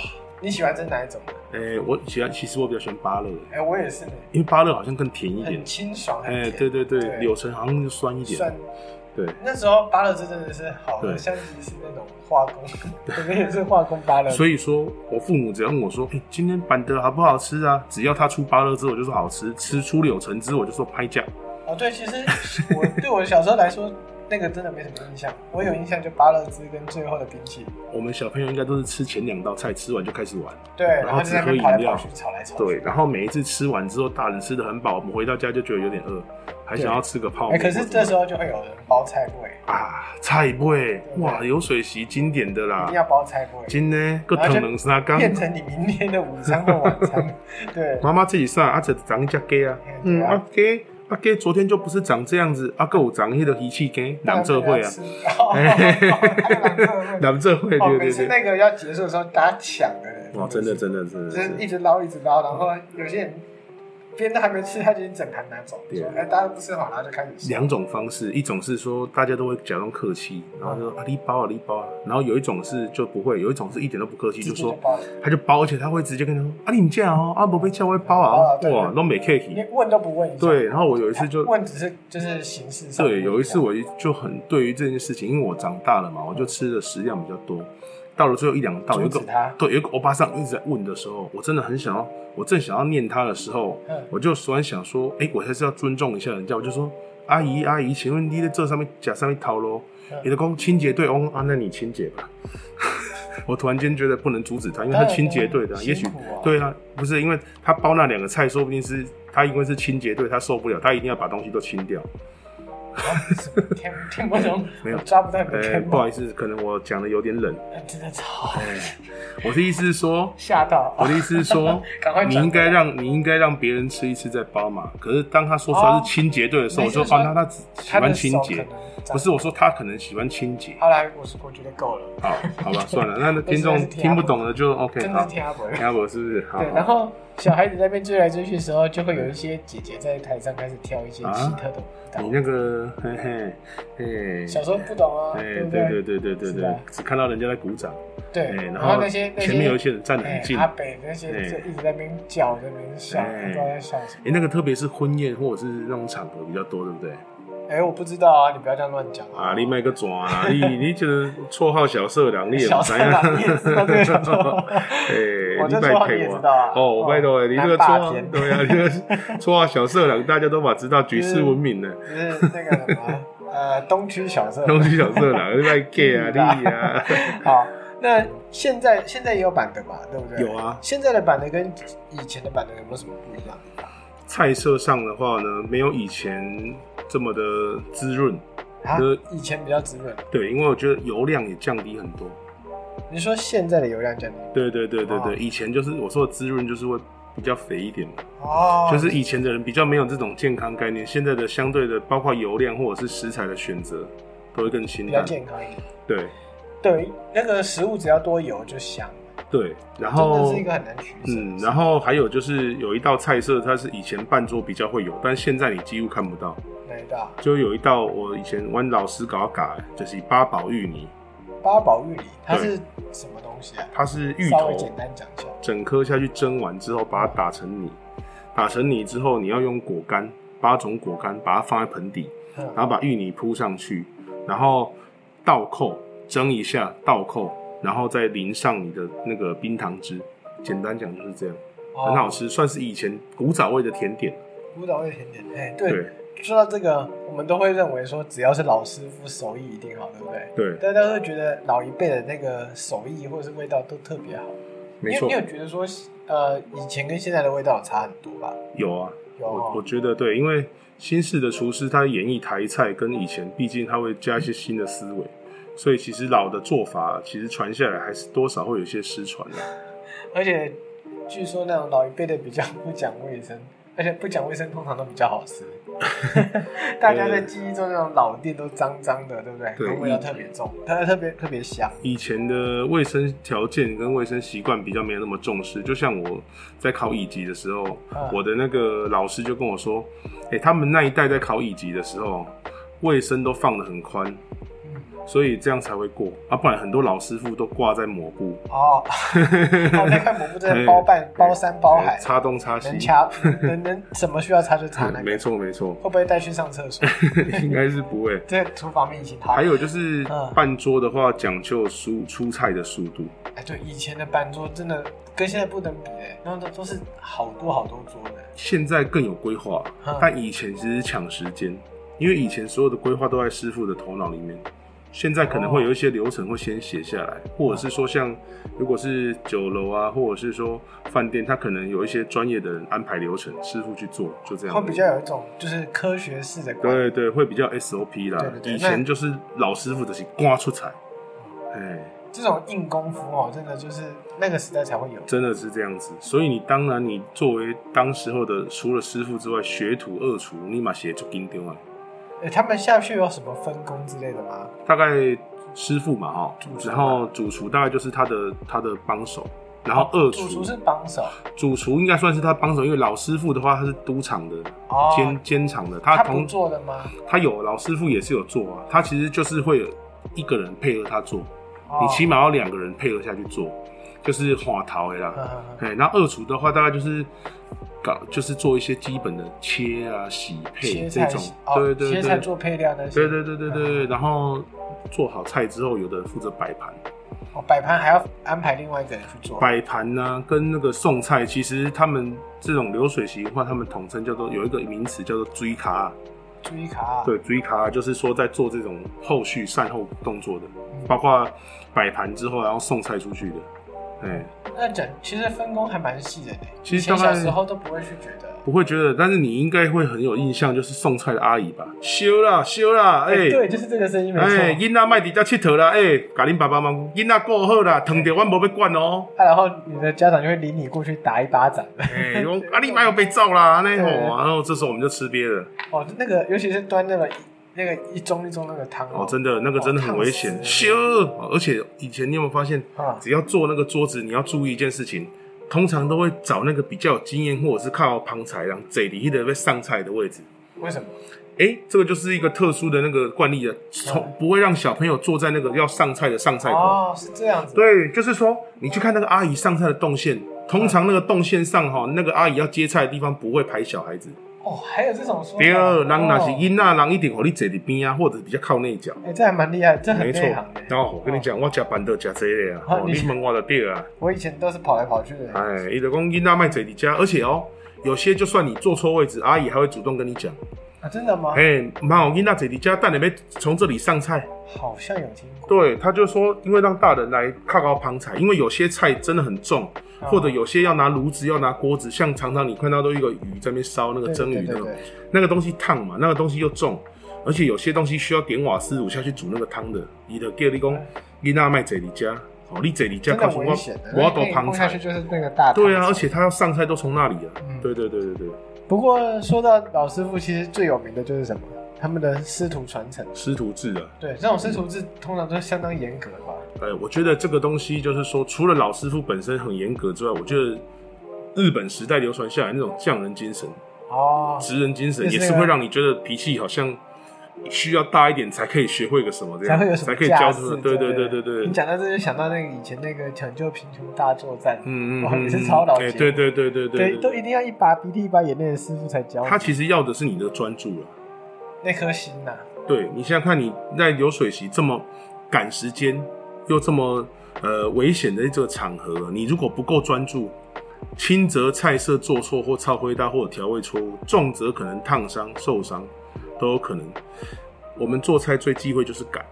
[SPEAKER 1] 你喜欢吃哪一种？
[SPEAKER 2] 哎、我喜欢，其实我比较喜欢芭乐，
[SPEAKER 1] 哎、我也是呢，
[SPEAKER 2] 因为芭乐好像更甜一点
[SPEAKER 1] 很。清爽，很
[SPEAKER 2] 哎、
[SPEAKER 1] 甜，
[SPEAKER 2] 对对对，
[SPEAKER 1] 对
[SPEAKER 2] 柳橙好像就酸一
[SPEAKER 1] 算
[SPEAKER 2] 点。对，
[SPEAKER 1] 那时候芭乐汁真的是好喝，
[SPEAKER 2] 对
[SPEAKER 1] 香吉士那种化 工，我们也是化工芭乐汁，
[SPEAKER 2] 所以说我父母只要问我说：“哎、今天板德好不好吃啊？”只要他出芭乐汁，我就说好吃；吃出柳橙汁，我就说拍价。
[SPEAKER 1] 哦，对，其实我对我小时候来说，那个真的没什么印象，我有印象就芭乐汁跟最后的冰淇淋，
[SPEAKER 2] 我们小朋友应该都是吃前两道菜，吃完就开始玩。
[SPEAKER 1] 对，
[SPEAKER 2] 然
[SPEAKER 1] 然
[SPEAKER 2] 后
[SPEAKER 1] 后就在那
[SPEAKER 2] 只
[SPEAKER 1] 边跑
[SPEAKER 2] 喝饮
[SPEAKER 1] 来
[SPEAKER 2] 料
[SPEAKER 1] 跑去，吵来吵去。
[SPEAKER 2] 对，然后每一次吃完之后，大人吃的很饱，我们回到家就觉得有点饿，还想要吃个泡
[SPEAKER 1] 哎、
[SPEAKER 2] 面。
[SPEAKER 1] 可是这时候就会有人包菜粿，
[SPEAKER 2] 啊，菜粿
[SPEAKER 1] 对
[SPEAKER 2] 哇，流水席经典的
[SPEAKER 1] 一
[SPEAKER 2] 啦
[SPEAKER 1] 定，要啊包菜粿，
[SPEAKER 2] 真的，个
[SPEAKER 1] 然后
[SPEAKER 2] 藤
[SPEAKER 1] 就
[SPEAKER 2] 能沙缸。
[SPEAKER 1] 变成你明天的午餐或晚餐。对，
[SPEAKER 2] 妈妈自己上，啊，就长一只鸡啊，
[SPEAKER 1] 嗯
[SPEAKER 2] 嗯，
[SPEAKER 1] 对啊
[SPEAKER 2] 啊鸡，啊鸡昨天就不是长这样子，啊，还有长迄个鱼翅鸡，
[SPEAKER 1] 不然
[SPEAKER 2] 南这会
[SPEAKER 1] 不
[SPEAKER 2] 啊，
[SPEAKER 1] 要吃 哦 还有蓝色会
[SPEAKER 2] 南这会，
[SPEAKER 1] 哦，
[SPEAKER 2] 对
[SPEAKER 1] 每
[SPEAKER 2] 对
[SPEAKER 1] 次
[SPEAKER 2] 对，
[SPEAKER 1] 那个要结束的时候，大家抢的人，
[SPEAKER 2] 哇，真的真的真的
[SPEAKER 1] 就是一
[SPEAKER 2] 是，
[SPEAKER 1] 直捞一直捞，然后有些人边都还没吃，他就已经整盘拿走，
[SPEAKER 2] 对
[SPEAKER 1] 说哎大家都不吃好，然后就开始吃。
[SPEAKER 2] 两种方式，一种是说大家都会假装客气，
[SPEAKER 1] 嗯
[SPEAKER 2] 然后就说啊你包啊你包啊，然后有一种是就不会，有一种是一点都不客气，
[SPEAKER 1] 直
[SPEAKER 2] 就
[SPEAKER 1] 接
[SPEAKER 2] 说
[SPEAKER 1] 包了
[SPEAKER 2] 他就包，而且他会直接跟他说啊你唔这样哦，啊不被叫我包
[SPEAKER 1] 包啊
[SPEAKER 2] 啊，
[SPEAKER 1] 对
[SPEAKER 2] 哇，
[SPEAKER 1] 对
[SPEAKER 2] 都没客
[SPEAKER 1] 你
[SPEAKER 2] 气。
[SPEAKER 1] 问都不问一下，哎
[SPEAKER 2] 对，然后我有一次就
[SPEAKER 1] 问只是就是形式上。
[SPEAKER 2] 对，有一次我就很对于这件事情，因为我长大了嘛，我就吃的食量比较多。到了最后一两道，有一
[SPEAKER 1] 阻
[SPEAKER 2] 个
[SPEAKER 1] 止他
[SPEAKER 2] 对，有一个欧巴桑一直在问的时候，我真的很想要，我正想要念他的时候，
[SPEAKER 1] 嗯
[SPEAKER 2] 我就突然想说，哎、我还是要尊重一下人家，我就说，阿姨阿姨，请问你在这上面假上面掏咯
[SPEAKER 1] 嗯？
[SPEAKER 2] 你的公清洁队哦，啊，那你清洁吧。 我突然间觉得不能阻止他，因为他
[SPEAKER 1] 当然
[SPEAKER 2] 清洁队的啊，
[SPEAKER 1] 辛
[SPEAKER 2] 也许
[SPEAKER 1] 苦 啊
[SPEAKER 2] 对啊，不是因为他包那两个菜，说不定是他因为是清洁队，他受不了，他一定要把东西都清掉。
[SPEAKER 1] 听听不懂，
[SPEAKER 2] 没有哎
[SPEAKER 1] 我抓不到你
[SPEAKER 2] 呃、
[SPEAKER 1] 的天
[SPEAKER 2] 不好意思，可能我讲的有点冷。
[SPEAKER 1] 真的超
[SPEAKER 2] 我的意思是 说，
[SPEAKER 1] 吓到。
[SPEAKER 2] 我的意思是 说
[SPEAKER 1] 赶快，
[SPEAKER 2] 你
[SPEAKER 1] 转
[SPEAKER 2] 应该让你应该让别人吃一次再包嘛。可是当他说出来是清洁队的时候，
[SPEAKER 1] 哦
[SPEAKER 2] 我就
[SPEAKER 1] 没事
[SPEAKER 2] 说哦，那他只喜
[SPEAKER 1] 他的
[SPEAKER 2] 欢
[SPEAKER 1] 手
[SPEAKER 2] 清
[SPEAKER 1] 可
[SPEAKER 2] 洁
[SPEAKER 1] 能，
[SPEAKER 2] 不是我说他可能喜欢清洁。
[SPEAKER 1] 好啦，我是我觉得够了，
[SPEAKER 2] 好，好吧，算了，那
[SPEAKER 1] 我实在
[SPEAKER 2] 听
[SPEAKER 1] 是
[SPEAKER 2] 众
[SPEAKER 1] 听
[SPEAKER 2] 听
[SPEAKER 1] 不
[SPEAKER 2] 不懂的就 OK，
[SPEAKER 1] 真的
[SPEAKER 2] 好
[SPEAKER 1] 是，听阿伯。
[SPEAKER 2] 听我是不是？好
[SPEAKER 1] 对，，然后小孩子在那边追来追去的时候，就会有一些姐姐在台上开始跳一些
[SPEAKER 2] 啊
[SPEAKER 1] 奇特的舞蹈
[SPEAKER 2] 你。那个，嘿嘿，嘿，
[SPEAKER 1] 小时候不懂啊，
[SPEAKER 2] 哎，
[SPEAKER 1] 对
[SPEAKER 2] 对
[SPEAKER 1] 不
[SPEAKER 2] 对对对对
[SPEAKER 1] 是
[SPEAKER 2] 对
[SPEAKER 1] 吧，
[SPEAKER 2] 只看到人家在鼓掌，
[SPEAKER 1] 对
[SPEAKER 2] 哎，，
[SPEAKER 1] 然
[SPEAKER 2] 后
[SPEAKER 1] 那些那些
[SPEAKER 2] 前面有一些人站得
[SPEAKER 1] 哎
[SPEAKER 2] 很近，
[SPEAKER 1] 阿北那些
[SPEAKER 2] 哎
[SPEAKER 1] 就一直在那边叫，在那边笑，
[SPEAKER 2] 哎
[SPEAKER 1] 不知道在笑什么。
[SPEAKER 2] 哎、那个特别是婚宴或者是那种场合比较多，对不对？
[SPEAKER 1] 哎，我不知道啊，你不要这样乱讲
[SPEAKER 2] 啊，你卖个爪啊，你 你就是绰号小色狼，你也
[SPEAKER 1] 小
[SPEAKER 2] 不啊
[SPEAKER 1] 色
[SPEAKER 2] 知
[SPEAKER 1] 狼
[SPEAKER 2] 道。
[SPEAKER 1] 你也知道这个小色狼
[SPEAKER 2] 哎，
[SPEAKER 1] 我这
[SPEAKER 2] 你
[SPEAKER 1] 绰号你
[SPEAKER 2] 陪
[SPEAKER 1] 也
[SPEAKER 2] 我
[SPEAKER 1] 知道啊
[SPEAKER 2] 哦，我拜托哎，你这
[SPEAKER 1] 南
[SPEAKER 2] 个绰
[SPEAKER 1] 霸
[SPEAKER 2] 号，
[SPEAKER 1] 天
[SPEAKER 2] 对啊，你这个绰号小色狼，大家都把知道，举世闻名的。
[SPEAKER 1] 就是那个什么，呃，东区小社。
[SPEAKER 2] 东西小色狼，你卖 gay 啊，
[SPEAKER 1] 嗯
[SPEAKER 2] 你啊，
[SPEAKER 1] 好，那现在现在也有板的嘛，对不对？
[SPEAKER 2] 有啊
[SPEAKER 1] 现在的板的跟以前的板的有没有什么不一样？
[SPEAKER 2] 菜色上的话呢，没有以前这么的滋润。
[SPEAKER 1] 啊
[SPEAKER 2] 呃，
[SPEAKER 1] 以前比较滋润。
[SPEAKER 2] 对，因为我觉得油量也降低很多。
[SPEAKER 1] 你说现在的流量降低
[SPEAKER 2] 对对对对对，
[SPEAKER 1] 哦
[SPEAKER 2] 以前就是我说的滋润，就是会比较肥一点嘛。
[SPEAKER 1] 哦，
[SPEAKER 2] 就是以前的人比较没有这种健康概念，现在的相对的，包括油量或者是食材的选择，都会更清
[SPEAKER 1] 比较
[SPEAKER 2] 淡。
[SPEAKER 1] 健康一点。
[SPEAKER 2] 对
[SPEAKER 1] 对，那个食物只要多油就香，
[SPEAKER 2] 对，
[SPEAKER 1] 真的
[SPEAKER 2] 然后
[SPEAKER 1] 是一个很难取舍。
[SPEAKER 2] 嗯，然后还有就是有一道菜色，它是以前半桌比较会有，但现在你几乎看不到。
[SPEAKER 1] 哪一道？
[SPEAKER 2] 就有一道我以前阮老师搞嘎，就是八宝芋泥，
[SPEAKER 1] 八宝芋泥，它
[SPEAKER 2] 对
[SPEAKER 1] 是什么东西啊？
[SPEAKER 2] 它是芋
[SPEAKER 1] 稍微
[SPEAKER 2] 头
[SPEAKER 1] 简单讲一下。
[SPEAKER 2] 整颗下去蒸完之后，把它打成泥，打成泥之后，你要用果干，八种果干把它放在盆底，然
[SPEAKER 1] 嗯，
[SPEAKER 2] 后把芋泥铺上去，然后倒扣蒸一下，倒扣，然后再淋上你的那个冰糖汁。简单讲就是这样，很好
[SPEAKER 1] 哦。
[SPEAKER 2] 吃，算是以前古早味的甜点。
[SPEAKER 1] 古早味甜点，哎，对
[SPEAKER 2] 对，
[SPEAKER 1] 说到这个，我们都会认为说，只要是老师傅手艺一定好，对不对？
[SPEAKER 2] 对，
[SPEAKER 1] 大家都会觉得老一辈的那个手艺或者是味道都特别好。
[SPEAKER 2] 没
[SPEAKER 1] 你有
[SPEAKER 2] 错
[SPEAKER 1] 你，有觉得说，呃，以前跟现在的味道有差很多吧？
[SPEAKER 2] 有啊，
[SPEAKER 1] 有
[SPEAKER 2] 我我
[SPEAKER 1] 哦，
[SPEAKER 2] 觉得对，因为新式的厨师他演绎台菜跟以前，毕竟他会加一些新的思维。所以其实老的做法，其实传下来还是多少会有一些失传啊的、
[SPEAKER 1] 而且据说那种老一辈的比较不讲卫生，而且不讲卫生通常都比较好吃。 大家在记忆中那种老店都脏脏的，对不对？
[SPEAKER 2] 对嗯
[SPEAKER 1] 然后味道特别重，它特别特别香。
[SPEAKER 2] 以前的卫生条件跟卫生习惯比较没有那么重视，就像我在考乙级的时候，
[SPEAKER 1] 嗯
[SPEAKER 2] 我的那个老师就跟我说，哎、他们那一代在考乙级的时候，卫生都放得很宽，
[SPEAKER 1] 嗯
[SPEAKER 2] 所以这样才会过啊，不然很多老师傅都挂在抹布，
[SPEAKER 1] 哦，哦，那块抹布真的包办包山包海
[SPEAKER 2] 哎，擦东擦西
[SPEAKER 1] 能，掐能能什么需要擦就擦那个，
[SPEAKER 2] 嗯 没
[SPEAKER 1] 会
[SPEAKER 2] 错没错，
[SPEAKER 1] 不会带去上厕所？
[SPEAKER 2] 应该是不会。
[SPEAKER 1] 这厨房明星他
[SPEAKER 2] 还有就是
[SPEAKER 1] 嗯
[SPEAKER 2] 半桌的话，讲究蔬出菜的速度，
[SPEAKER 1] 哎，对，以前的板桌真的跟现在不能比哎，然后都都是好多好多桌的
[SPEAKER 2] 现在更有规划
[SPEAKER 1] 嗯，
[SPEAKER 2] 但以前其实是抢时间。因为以前所有的规划都在师傅的头脑里面，现在可能会有一些流程会先写下
[SPEAKER 1] 哦
[SPEAKER 2] 来，或者是说像如果是酒楼啊，或者是说饭店，他可能有一些专业的人安排流程，师傅去做，就这样
[SPEAKER 1] 会
[SPEAKER 2] 而已。
[SPEAKER 1] 比较有一种就是科学式的管理。
[SPEAKER 2] 啊对对，会比较 SOP 啦。
[SPEAKER 1] 对对对
[SPEAKER 2] 以前就是老师傅的是刮出彩，哎，
[SPEAKER 1] 这种硬功夫哦，真的就是那个时代才会有。
[SPEAKER 2] 真的是这样子。所以你当然你作为当时候的除了师傅之外，学徒、二厨，你嘛写足金丢啊。
[SPEAKER 1] 诶他们下去有什么分工之类的吗？
[SPEAKER 2] 大概师傅嘛哈
[SPEAKER 1] 主，厨啊
[SPEAKER 2] 然后主厨大概就是他的他的帮手，然后二
[SPEAKER 1] 哦主
[SPEAKER 2] 厨
[SPEAKER 1] 厨是帮手，
[SPEAKER 2] 主厨应该算是他帮手，因为老师傅的话他是督场的
[SPEAKER 1] 哦
[SPEAKER 2] 兼兼场的，
[SPEAKER 1] 他
[SPEAKER 2] 他
[SPEAKER 1] 不
[SPEAKER 2] 同
[SPEAKER 1] 做的吗？
[SPEAKER 2] 他有老师傅也是有做啊，他其实就是会有一个人配合他做，
[SPEAKER 1] 哦
[SPEAKER 2] 你起码要两个人配合下去做，就是花桃的啦。
[SPEAKER 1] 嗯嗯嗯
[SPEAKER 2] 哎，那二厨的话，大概就是搞，就是做一些基本的切啊、洗配
[SPEAKER 1] 切
[SPEAKER 2] 这
[SPEAKER 1] 菜
[SPEAKER 2] 种，
[SPEAKER 1] 哦
[SPEAKER 2] 对对
[SPEAKER 1] 切菜
[SPEAKER 2] 对，
[SPEAKER 1] 做配料那些，
[SPEAKER 2] 对对对对对。然后做好菜之后，有的人负责摆盘，
[SPEAKER 1] 哦，摆盘还要安排另外一个人去做。
[SPEAKER 2] 摆盘呢跟那个送菜，其实他们这种流水席文化，他们统称叫做有一个名词叫做追卡，
[SPEAKER 1] 注意卡，啊
[SPEAKER 2] 对，追卡就是说在做这种后续善后动作的，
[SPEAKER 1] 嗯
[SPEAKER 2] 包括摆盘之后，然后送菜出去的，哎。
[SPEAKER 1] 那整其实分工还蛮细的呢。
[SPEAKER 2] 其实
[SPEAKER 1] 以前
[SPEAKER 2] 大概
[SPEAKER 1] 小时候都不会去觉得。
[SPEAKER 2] 不会觉得，但是你应该会很有印象，就是送菜的阿姨吧？修啦，修啦，哎、
[SPEAKER 1] 诶对，就是这个声音没错。
[SPEAKER 2] 哎，囡仔卖伫遮佚佗啦，哎、甲恁爸爸妈妈讲，囡仔顾好啦，疼着阮无要管哦、
[SPEAKER 1] 啊然后你的家长就会领你过去打一巴掌。
[SPEAKER 2] 哎、欸，讲啊，你妈有被揍啦，那吼
[SPEAKER 1] 对，
[SPEAKER 2] 然后这时候我们就吃瘪了。
[SPEAKER 1] 哦，那个尤其是端那个那个一盅一盅那个汤
[SPEAKER 2] 哦，真的，那个真的很危险
[SPEAKER 1] 哦，烫死
[SPEAKER 2] 修、
[SPEAKER 1] 了
[SPEAKER 2] 哦而且以前你有没有发现，
[SPEAKER 1] 啊，
[SPEAKER 2] 只要坐那个桌子，你要注意一件事情，通常都会找那个比较有经验或者是靠旁财，然后坐离迄个被上菜的位置。
[SPEAKER 1] 为什么？
[SPEAKER 2] 哎、这个就是一个特殊的那个惯例了，从不会让小朋友坐在那个要上菜的上菜口。
[SPEAKER 1] 嗯哦，是这样子。
[SPEAKER 2] 对，就是说你去看那个阿姨上菜的动线，通常那个动线上哈，那个阿姨要接菜的地方不会排小孩子。
[SPEAKER 1] 哦，还有这种说法。
[SPEAKER 2] 第二，人
[SPEAKER 1] 哦
[SPEAKER 2] 那是囡仔，人一定和你坐伫边啊，或者比较靠内角。
[SPEAKER 1] 哎、这还蛮厉害，这很
[SPEAKER 2] 没错
[SPEAKER 1] 内行的。，
[SPEAKER 2] 然后我跟你讲，我吃板凳吃这个啊，
[SPEAKER 1] 啊
[SPEAKER 2] 哦
[SPEAKER 1] 你
[SPEAKER 2] 你问我就对啊。
[SPEAKER 1] 我以前都是跑来跑去的。
[SPEAKER 2] 哎，伊就讲囡仔卖坐伫家，而且哦，有些就算你坐错位置，阿姨还会主动跟你讲，
[SPEAKER 1] 啊，真的吗？
[SPEAKER 2] 哎，妈，我囡仔坐伫家，等你要从这里上菜。
[SPEAKER 1] 好像有听过。
[SPEAKER 2] 对，他就说，因为让大人来靠高旁踩，因为有些菜真的很重，
[SPEAKER 1] 啊
[SPEAKER 2] 或者有些要拿炉子，要拿锅子，像常常你看到都有一个鱼在那边烧那个
[SPEAKER 1] 对
[SPEAKER 2] 蒸鱼
[SPEAKER 1] 对
[SPEAKER 2] 那
[SPEAKER 1] 对
[SPEAKER 2] 个，
[SPEAKER 1] 对对
[SPEAKER 2] 那个东西烫嘛，那个东西又重，而且有些东西需要点瓦斯炉下去煮那个汤的，你的叫你讲，你那卖这里家，哦，你这里家
[SPEAKER 1] 真的
[SPEAKER 2] 靠近
[SPEAKER 1] 危险的，
[SPEAKER 2] 我，我要多
[SPEAKER 1] 那一
[SPEAKER 2] 旁
[SPEAKER 1] 碰下
[SPEAKER 2] 踩
[SPEAKER 1] 去，就是那个大。
[SPEAKER 2] 对啊，而。且他要上菜都从那里啊，
[SPEAKER 1] 嗯
[SPEAKER 2] 对对对对对，
[SPEAKER 1] 不过说到老师傅，其实最有名的就是什么？他们的师徒传承。
[SPEAKER 2] 师徒制啊，
[SPEAKER 1] 对，这种师徒制通常都相当严格的吧？
[SPEAKER 2] 呃，我觉得这个东西就是说，除了老师傅本身很严格之外，我觉得日本时代流传下来那种匠人精神、
[SPEAKER 1] 哦，
[SPEAKER 2] 职人精神，
[SPEAKER 1] 就是
[SPEAKER 2] 也
[SPEAKER 1] 那个
[SPEAKER 2] 是会让你觉得脾气好像需要大一点才可以学会个什么这
[SPEAKER 1] 才
[SPEAKER 2] 样，
[SPEAKER 1] 会有什么
[SPEAKER 2] 啊可以
[SPEAKER 1] 架
[SPEAKER 2] 教
[SPEAKER 1] 势
[SPEAKER 2] 出来。
[SPEAKER 1] 对
[SPEAKER 2] 对对对对对
[SPEAKER 1] 你，讲到这就想到那个以前那个抢救贫穷大作战，
[SPEAKER 2] 嗯嗯
[SPEAKER 1] 哇
[SPEAKER 2] 嗯，
[SPEAKER 1] 哦也是超老
[SPEAKER 2] 哎
[SPEAKER 1] 节
[SPEAKER 2] 对
[SPEAKER 1] 目
[SPEAKER 2] 对对对
[SPEAKER 1] 对，都一定要一把鼻涕一把眼泪的师傅才教你
[SPEAKER 2] 他其实要的是你的专注了。
[SPEAKER 1] 那颗心呐、
[SPEAKER 2] 对你想想看，你在流水席这么赶时间又这么呃危险的这个场合，你如果不够专注，轻则菜色做错或超灰大或者调味错误，重则可能烫伤、受伤都有可能。我们做菜最忌讳就是赶，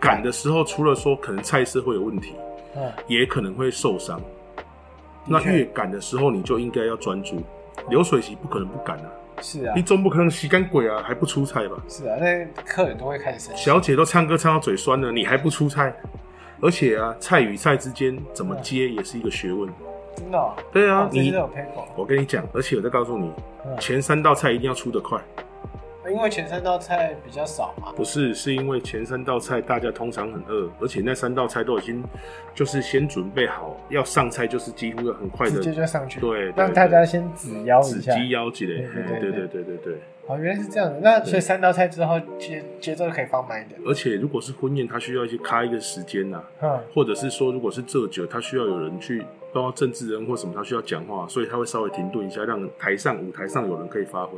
[SPEAKER 2] 赶的时候除了说可能菜色会有问题，
[SPEAKER 1] 嗯，
[SPEAKER 2] 也可能会受伤。
[SPEAKER 1] 的
[SPEAKER 2] 那
[SPEAKER 1] 确
[SPEAKER 2] 越赶的时候，你就应该要专注。流水席不可能不赶啊，
[SPEAKER 1] 是啊
[SPEAKER 2] 你，总不可能洗干鬼啊还不出菜吧？
[SPEAKER 1] 是啊，那客人都会开始生气。
[SPEAKER 2] 小姐都唱歌唱到嘴酸了，你还不出菜？而且啊，菜与菜之间怎么接也是一个学问。
[SPEAKER 1] 真的、哦，
[SPEAKER 2] 对啊
[SPEAKER 1] 哦，这些
[SPEAKER 2] 你
[SPEAKER 1] 都有 paper，、
[SPEAKER 2] 我跟你讲，而且我再告诉你，
[SPEAKER 1] 嗯、
[SPEAKER 2] 前三道菜一定要出得快，
[SPEAKER 1] 因为前三道菜比较少嘛，
[SPEAKER 2] 不是是因为前三道菜大家通常很饿，而且那三道菜都已经就是先准备好，要上菜就是几乎要很快
[SPEAKER 1] 直接
[SPEAKER 2] 的
[SPEAKER 1] 就上去，
[SPEAKER 2] 对对
[SPEAKER 1] 让大家先指腰
[SPEAKER 2] 子
[SPEAKER 1] 一下。
[SPEAKER 2] 鸡腰之类。
[SPEAKER 1] 对对
[SPEAKER 2] 嘿
[SPEAKER 1] 对
[SPEAKER 2] 对对对对对。
[SPEAKER 1] 哦，原来是这样的，那
[SPEAKER 2] 对
[SPEAKER 1] 所以三道菜之后节节奏可以放慢一点。
[SPEAKER 2] 而且如果是婚宴，它需要一些开一个时间呐、
[SPEAKER 1] 嗯，
[SPEAKER 2] 或者是说，如果是这酒，他需要有人去，包括政治人或什么，他需要讲话，所以他会稍微停顿一下，让台上舞台上有人可以发挥。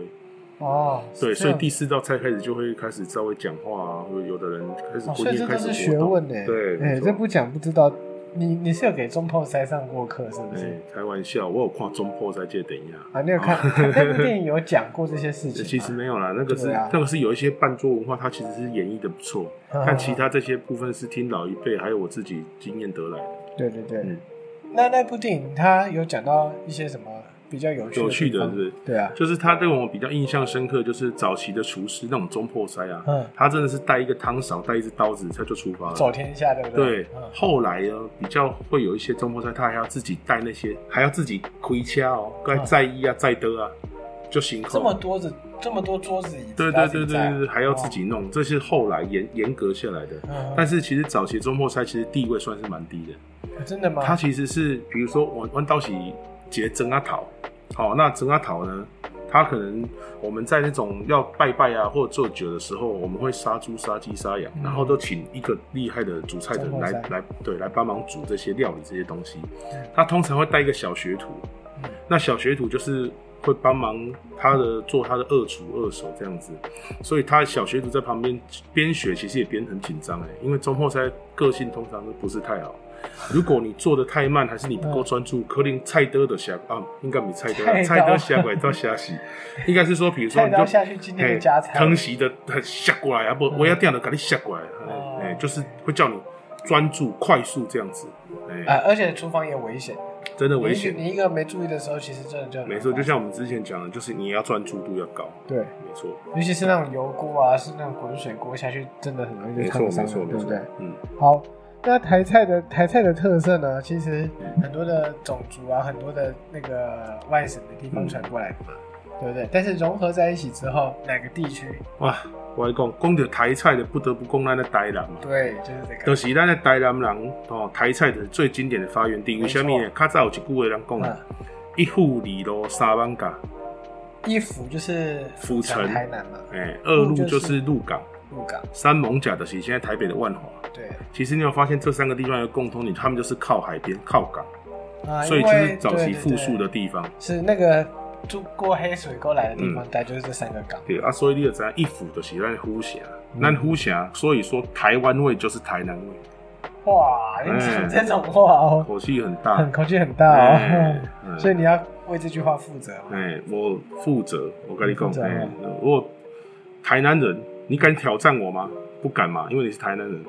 [SPEAKER 1] 哦，是
[SPEAKER 2] 对，
[SPEAKER 1] 这
[SPEAKER 2] 所以
[SPEAKER 1] 样
[SPEAKER 2] 第四道菜开始就会开始稍微讲话啊，或者有的人开始
[SPEAKER 1] 哦，
[SPEAKER 2] 婚
[SPEAKER 1] 所以
[SPEAKER 2] 宴
[SPEAKER 1] 这
[SPEAKER 2] 开
[SPEAKER 1] 都是
[SPEAKER 2] 始活
[SPEAKER 1] 学
[SPEAKER 2] 动。
[SPEAKER 1] 问呢。
[SPEAKER 2] 对
[SPEAKER 1] 哎、
[SPEAKER 2] 没错
[SPEAKER 1] 这不讲不知道，你你是有给中破塞上过课是不
[SPEAKER 2] 哎、
[SPEAKER 1] 是？
[SPEAKER 2] 开玩笑，我有看《中破在这电影啊。
[SPEAKER 1] 啊，你有看 那部电影有讲过这些事情吗？
[SPEAKER 2] 呃其实没有啦，那个是、
[SPEAKER 1] 啊对啊
[SPEAKER 2] 那个是有一些半桌文化，它其实是演绎的不错，
[SPEAKER 1] 嗯，
[SPEAKER 2] 但其他这些部分是听老一辈还有我自己经验得来的。
[SPEAKER 1] 对对对，
[SPEAKER 2] 嗯
[SPEAKER 1] 那那部电影它有讲到一些什么比较有趣
[SPEAKER 2] 有趣
[SPEAKER 1] 地
[SPEAKER 2] 的
[SPEAKER 1] 方
[SPEAKER 2] 是不是
[SPEAKER 1] 对啊，
[SPEAKER 2] 就是他对我比较印象深刻，就是早期的厨师那种中破塞啊，
[SPEAKER 1] 嗯，
[SPEAKER 2] 他真的是带一个汤勺，带一只刀子，他就出发了。
[SPEAKER 1] 走天下对不
[SPEAKER 2] 对
[SPEAKER 1] 嗯，
[SPEAKER 2] 后来呢，比较会有一些中破塞，他还要自己带那些，还要自己盔掐哦，该
[SPEAKER 1] 嗯
[SPEAKER 2] 在衣啊，在德啊，就行
[SPEAKER 1] 这么
[SPEAKER 2] 口。
[SPEAKER 1] 多子这么多桌子椅子，
[SPEAKER 2] 对对对对对，对还要自
[SPEAKER 1] 哦。
[SPEAKER 2] 己弄，这是后来严严格下来的。
[SPEAKER 1] 嗯，
[SPEAKER 2] 但是其实早期中破塞其实地位算是蛮低的，
[SPEAKER 1] 真的吗？
[SPEAKER 2] 它其实是比如说我弯刀洗结蒸阿桃，好、那蒸阿桃呢，它可能我们在那种要拜拜啊或者做酒的时候，我们会杀猪、杀鸡、杀羊，
[SPEAKER 1] 嗯
[SPEAKER 2] 然后都请一个厉害的煮菜的
[SPEAKER 1] 中后
[SPEAKER 2] 来
[SPEAKER 1] 菜
[SPEAKER 2] 来对来帮忙煮这些料理这些东西
[SPEAKER 1] 嗯。
[SPEAKER 2] 他通常会带一个小学徒，
[SPEAKER 1] 嗯
[SPEAKER 2] 那小学徒就是会帮忙他的做他的二厨二手这样子，所以他小学徒在旁边边学，其实也边很紧张哎，因为中后塞个性通常都不是太好。如果你做的太慢，还是你不够专注，可能菜刀的下啊，应该没 菜刀啊，
[SPEAKER 1] 菜刀
[SPEAKER 2] 菜刀下拐到下洗，应该是说，比如说
[SPEAKER 1] 菜
[SPEAKER 2] 你
[SPEAKER 1] 刀
[SPEAKER 2] 就
[SPEAKER 1] 下去今天
[SPEAKER 2] 哎
[SPEAKER 1] 的家财，
[SPEAKER 2] 疼惜的很下过来啊，不，我要这样的赶紧下过来，
[SPEAKER 1] 哦
[SPEAKER 2] 哎哎，就是会叫你专注快速这样子，
[SPEAKER 1] 啊
[SPEAKER 2] 哎，，
[SPEAKER 1] 而且厨房也危险，
[SPEAKER 2] 真的危险
[SPEAKER 1] 你。一你一个没注意的时候，其实真的就很
[SPEAKER 2] 没错，
[SPEAKER 1] 麻烦
[SPEAKER 2] 就像我们之前讲的，就是你要专注度要高，
[SPEAKER 1] 对，
[SPEAKER 2] 没错，
[SPEAKER 1] 尤其是那种油锅啊，是那种滚水锅下去，真的很容易
[SPEAKER 2] 没
[SPEAKER 1] 就
[SPEAKER 2] 错，
[SPEAKER 1] 烫伤
[SPEAKER 2] 没
[SPEAKER 1] 了，
[SPEAKER 2] 错，
[SPEAKER 1] 对
[SPEAKER 2] 没
[SPEAKER 1] 不
[SPEAKER 2] 错
[SPEAKER 1] 对？，
[SPEAKER 2] 嗯，
[SPEAKER 1] 好，那台菜的台菜的特色呢，其实很多的种族啊，很多的那个外省的地方传过来的嘛，对不对？但是融合在一起之后，哪个地区？
[SPEAKER 2] 哇，我来讲，讲到台菜的，不得不讲咱的台南嘛。
[SPEAKER 1] 对，就是这个。
[SPEAKER 2] 就是咱的台南人哦，台菜的最经典的发源地，为什么
[SPEAKER 1] 没
[SPEAKER 2] 呢？较早有一句话人讲啊，一户二路三万家，
[SPEAKER 1] 一府就是
[SPEAKER 2] 府城
[SPEAKER 1] 台南嘛，
[SPEAKER 2] 哎、二路
[SPEAKER 1] 路就
[SPEAKER 2] 就是是鹿港，
[SPEAKER 1] 鹿港，
[SPEAKER 2] 三艋甲的是现在台北的万华。
[SPEAKER 1] 对
[SPEAKER 2] 其实你有发现这三个地方有共通点，他们就是靠海边、靠港，
[SPEAKER 1] 啊，
[SPEAKER 2] 所以
[SPEAKER 1] 因
[SPEAKER 2] 就
[SPEAKER 1] 为
[SPEAKER 2] 是早期复
[SPEAKER 1] 对
[SPEAKER 2] 述，
[SPEAKER 1] 对对
[SPEAKER 2] 的地方。
[SPEAKER 1] 是那个渡过黑水沟来的地
[SPEAKER 2] 嗯
[SPEAKER 1] 方，大概就是这三个港。
[SPEAKER 2] 对啊，所以你就知道一府就是咱的呼峡，咱呼峡，所以说台湾味就是台南味，
[SPEAKER 1] 哇，你讲
[SPEAKER 2] 哎
[SPEAKER 1] 这种话哦，
[SPEAKER 2] 口气很大。
[SPEAKER 1] 很口气很大哦
[SPEAKER 2] 哎，嗯
[SPEAKER 1] 所以你要为这句话负责嘛。
[SPEAKER 2] 哎、我负责，我跟你讲
[SPEAKER 1] 你负，责
[SPEAKER 2] 哎、
[SPEAKER 1] 哦
[SPEAKER 2] 如果台南人，你敢挑战我吗？不敢嘛，因为你是台南人。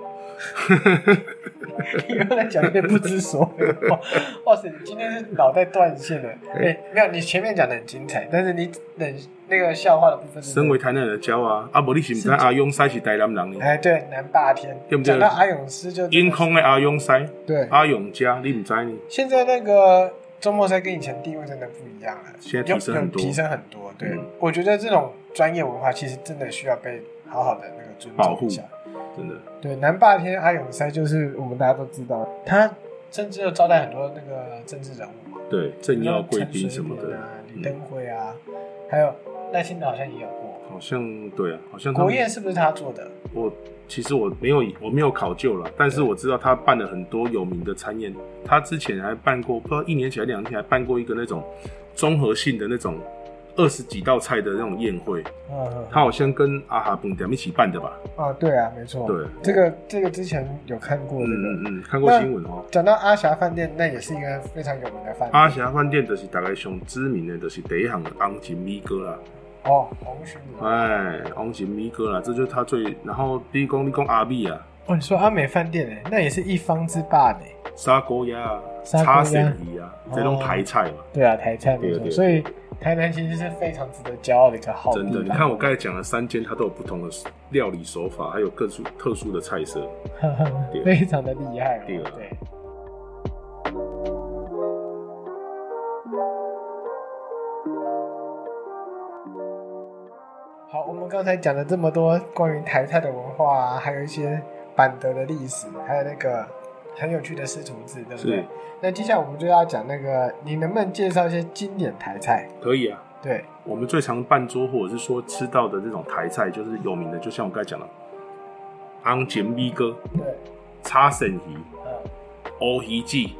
[SPEAKER 1] 你又在讲一些不知所谓的话，哇塞！你今天是脑袋断线了。哎、没有，你前面讲的很精彩，但是你冷那个笑话的部分是，
[SPEAKER 2] 身为台南人的骄傲啊，啊，无你是不知道阿勇塞是台南人呢？
[SPEAKER 1] 哎，对，南霸天，
[SPEAKER 2] 对不对
[SPEAKER 1] 讲到阿勇师就真的是
[SPEAKER 2] 因空啊的阿勇塞，
[SPEAKER 1] 对。
[SPEAKER 2] 阿勇家，你不知道呢？
[SPEAKER 1] 现在那个周末赛跟以前地位真的不一样了，
[SPEAKER 2] 现在提升很多
[SPEAKER 1] 有有提升很多。对，
[SPEAKER 2] 嗯
[SPEAKER 1] 我觉得这种专业文化其实真的需要被好好的那个尊
[SPEAKER 2] 保
[SPEAKER 1] 重
[SPEAKER 2] 护
[SPEAKER 1] 一下。
[SPEAKER 2] 真的，
[SPEAKER 1] 对，南霸天阿勇塞就是我们大家都知道，他甚至有招待很多那个政治人物嘛。
[SPEAKER 2] 对，政要贵
[SPEAKER 1] 陈水
[SPEAKER 2] 宾什么
[SPEAKER 1] 扁
[SPEAKER 2] 的
[SPEAKER 1] 啊，，李登
[SPEAKER 2] 嗯，
[SPEAKER 1] 辉啊，还有赖清德好像也有过。
[SPEAKER 2] 好像对啊，好像他
[SPEAKER 1] 国
[SPEAKER 2] 们
[SPEAKER 1] 宴是不是他做的？
[SPEAKER 2] 我其实我没有我没有考究了，但是我知道他办了很多有名的餐宴，他之前还办过，不知道一年前还两年前还办过一个那种综合性的那种二十几道菜的那种宴会，
[SPEAKER 1] 嗯，
[SPEAKER 2] 他好像跟阿哈本点一起办的吧？
[SPEAKER 1] 啊，对啊，没错。
[SPEAKER 2] 对，
[SPEAKER 1] 这个这个之前有看过这
[SPEAKER 2] 嗯嗯
[SPEAKER 1] 个。
[SPEAKER 2] 嗯，看过新闻哦、
[SPEAKER 1] 讲到阿霞饭店，那也是一个非常有名的饭店。
[SPEAKER 2] 阿霞饭店就是大概上知名的，就是第一行的红金米糕啦，
[SPEAKER 1] 哦，红鲟鱼。
[SPEAKER 2] 哎，红金米糕啦，这就是他最。然后你讲你讲阿米啊，
[SPEAKER 1] 哦，你说阿美饭店欸诶，那也是一方之霸呢。
[SPEAKER 2] 砂锅鸭啊，
[SPEAKER 1] 砂锅鸭
[SPEAKER 2] 叉鲜鱼啊，这种台菜嘛。
[SPEAKER 1] 对啊，台菜没
[SPEAKER 2] 对
[SPEAKER 1] 错，
[SPEAKER 2] 对
[SPEAKER 1] 所以台南其实是非常值得骄傲的一个好
[SPEAKER 2] 真
[SPEAKER 1] 地
[SPEAKER 2] 的，
[SPEAKER 1] 方。
[SPEAKER 2] 你看我刚才讲的三间，它都有不同的料理手法，还有各殊特殊的菜色。对
[SPEAKER 1] 非常的厉害、哦。
[SPEAKER 2] 对啊
[SPEAKER 1] 对。好，我们刚才讲了这么多关于台菜的文化啊，还有一些板德的历史，还有那个很有趣的师徒制，对不对
[SPEAKER 2] 是？
[SPEAKER 1] 那接下来我们就要讲那个，你能不能介绍一些经典台菜？
[SPEAKER 2] 可以啊，
[SPEAKER 1] 对，
[SPEAKER 2] 我们最常办桌或者是说吃到的这种台菜，就是有名的，就像我刚才讲的，昂煎米哥、
[SPEAKER 1] 对，
[SPEAKER 2] 叉神鱼、
[SPEAKER 1] 嗯，
[SPEAKER 2] 欧鱼记、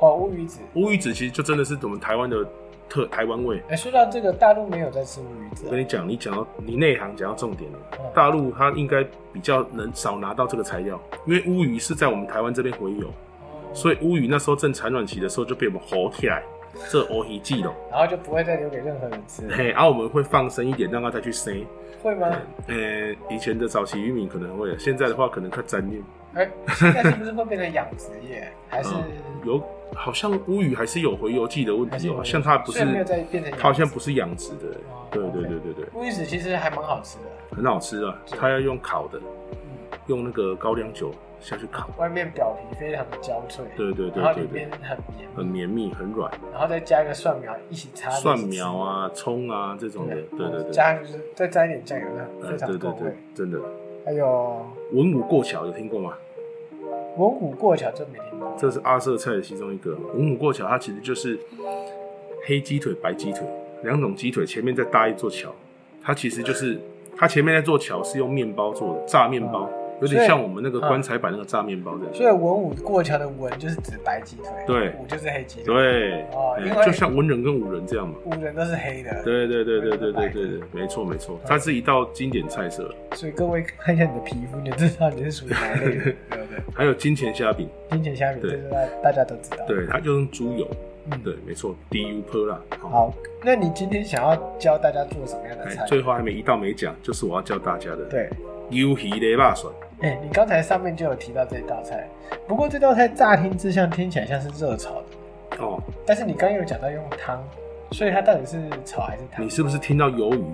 [SPEAKER 1] 哦，乌鱼子。
[SPEAKER 2] 乌鱼子，其实就真的是我们台湾的特台湾味。
[SPEAKER 1] 哎，说到这个，大陆没有在吃乌鱼子
[SPEAKER 2] 我跟
[SPEAKER 1] 啊，
[SPEAKER 2] 你讲，你讲到你内行，讲到重点了
[SPEAKER 1] 嗯。
[SPEAKER 2] 大陆
[SPEAKER 1] 哦
[SPEAKER 2] 它应该比较能少拿到这个材料，因为乌鱼是在我们台湾这边回有，所以乌鱼那时候正产卵期的时候就被我们吼起来，这乌鱼季了。
[SPEAKER 1] 然后就不会再留给任何人 吃了，
[SPEAKER 2] 嘿，然、啊、后我们会放生一点，让它再去生。
[SPEAKER 1] 会吗？
[SPEAKER 2] 呃、以前的早期渔民可能会，现在的话可能看沾念。
[SPEAKER 1] 哎，现在是不是会变成养殖 业？还是
[SPEAKER 2] 嗯，有好像乌鱼还是有回游季的问
[SPEAKER 1] 还是
[SPEAKER 2] 题
[SPEAKER 1] 有
[SPEAKER 2] 哦，像它不
[SPEAKER 1] 虽
[SPEAKER 2] 是
[SPEAKER 1] 然没有再变成养殖
[SPEAKER 2] 它好像不是养殖的，
[SPEAKER 1] 哦
[SPEAKER 2] 对对
[SPEAKER 1] OK
[SPEAKER 2] 对对对，
[SPEAKER 1] 乌鱼子其实还蛮好吃的，
[SPEAKER 2] 很好吃啊，它要用烤的，
[SPEAKER 1] 嗯
[SPEAKER 2] 用那个高粱酒下去烤，
[SPEAKER 1] 外面表皮非常的焦脆，
[SPEAKER 2] 对对对
[SPEAKER 1] 然后
[SPEAKER 2] 对
[SPEAKER 1] 里
[SPEAKER 2] 对
[SPEAKER 1] 面，很绵，
[SPEAKER 2] 很绵密很软，
[SPEAKER 1] 然后再加一个蒜苗一起插着
[SPEAKER 2] 蒜
[SPEAKER 1] 吃
[SPEAKER 2] 苗，啊葱啊这种的，对对对，
[SPEAKER 1] 加上就是再沾一点酱油，
[SPEAKER 2] 呃
[SPEAKER 1] 非
[SPEAKER 2] 对
[SPEAKER 1] 常
[SPEAKER 2] 对
[SPEAKER 1] 够
[SPEAKER 2] 对
[SPEAKER 1] 味。，
[SPEAKER 2] 真的
[SPEAKER 1] 还有
[SPEAKER 2] 文武过桥有听过吗？
[SPEAKER 1] 蒙古过桥，真没听过，
[SPEAKER 2] 这是阿瑟菜的其中一个。文武过桥，它其实就是黑鸡腿、白鸡腿两种鸡腿，前面再搭一座桥。它其实就是它前面那座桥是用面包做的，炸面包，
[SPEAKER 1] 嗯
[SPEAKER 2] 有点像我们那个棺材板那个炸面包这样。
[SPEAKER 1] 所以文武过桥的文就是指白鸡腿，
[SPEAKER 2] 对
[SPEAKER 1] 武就是黑鸡腿，
[SPEAKER 2] 对，
[SPEAKER 1] 哦
[SPEAKER 2] 哎
[SPEAKER 1] 因为
[SPEAKER 2] 就像文人跟武人这样嘛。
[SPEAKER 1] 武人都是黑的，
[SPEAKER 2] 对对对对对对对对，没错没错，它是一道经典菜色。
[SPEAKER 1] 所以各位看一下你的皮肤，你就知道你是属于哪一类 的，对不对？
[SPEAKER 2] 还有金钱虾饼，
[SPEAKER 1] 金钱虾米，这
[SPEAKER 2] 对
[SPEAKER 1] 是大大家都知道。，
[SPEAKER 2] 对，它就用猪油，
[SPEAKER 1] 嗯，
[SPEAKER 2] 对，没错，D U P 啦。好
[SPEAKER 1] 好，那你今天想要教大家做什么样的
[SPEAKER 2] 哎
[SPEAKER 1] 菜？
[SPEAKER 2] 最后还没一道没讲，就是我要教大家的，，
[SPEAKER 1] 对，
[SPEAKER 2] 鱿鱼雷霸笋。
[SPEAKER 1] 哎、你刚才上面就有提到这道菜，不过这道菜乍听之下听起来像是热炒的，
[SPEAKER 2] 哦，
[SPEAKER 1] 但是你刚刚有讲到用汤，所以它到底是炒还是汤
[SPEAKER 2] 你？是不是听到鱿鱼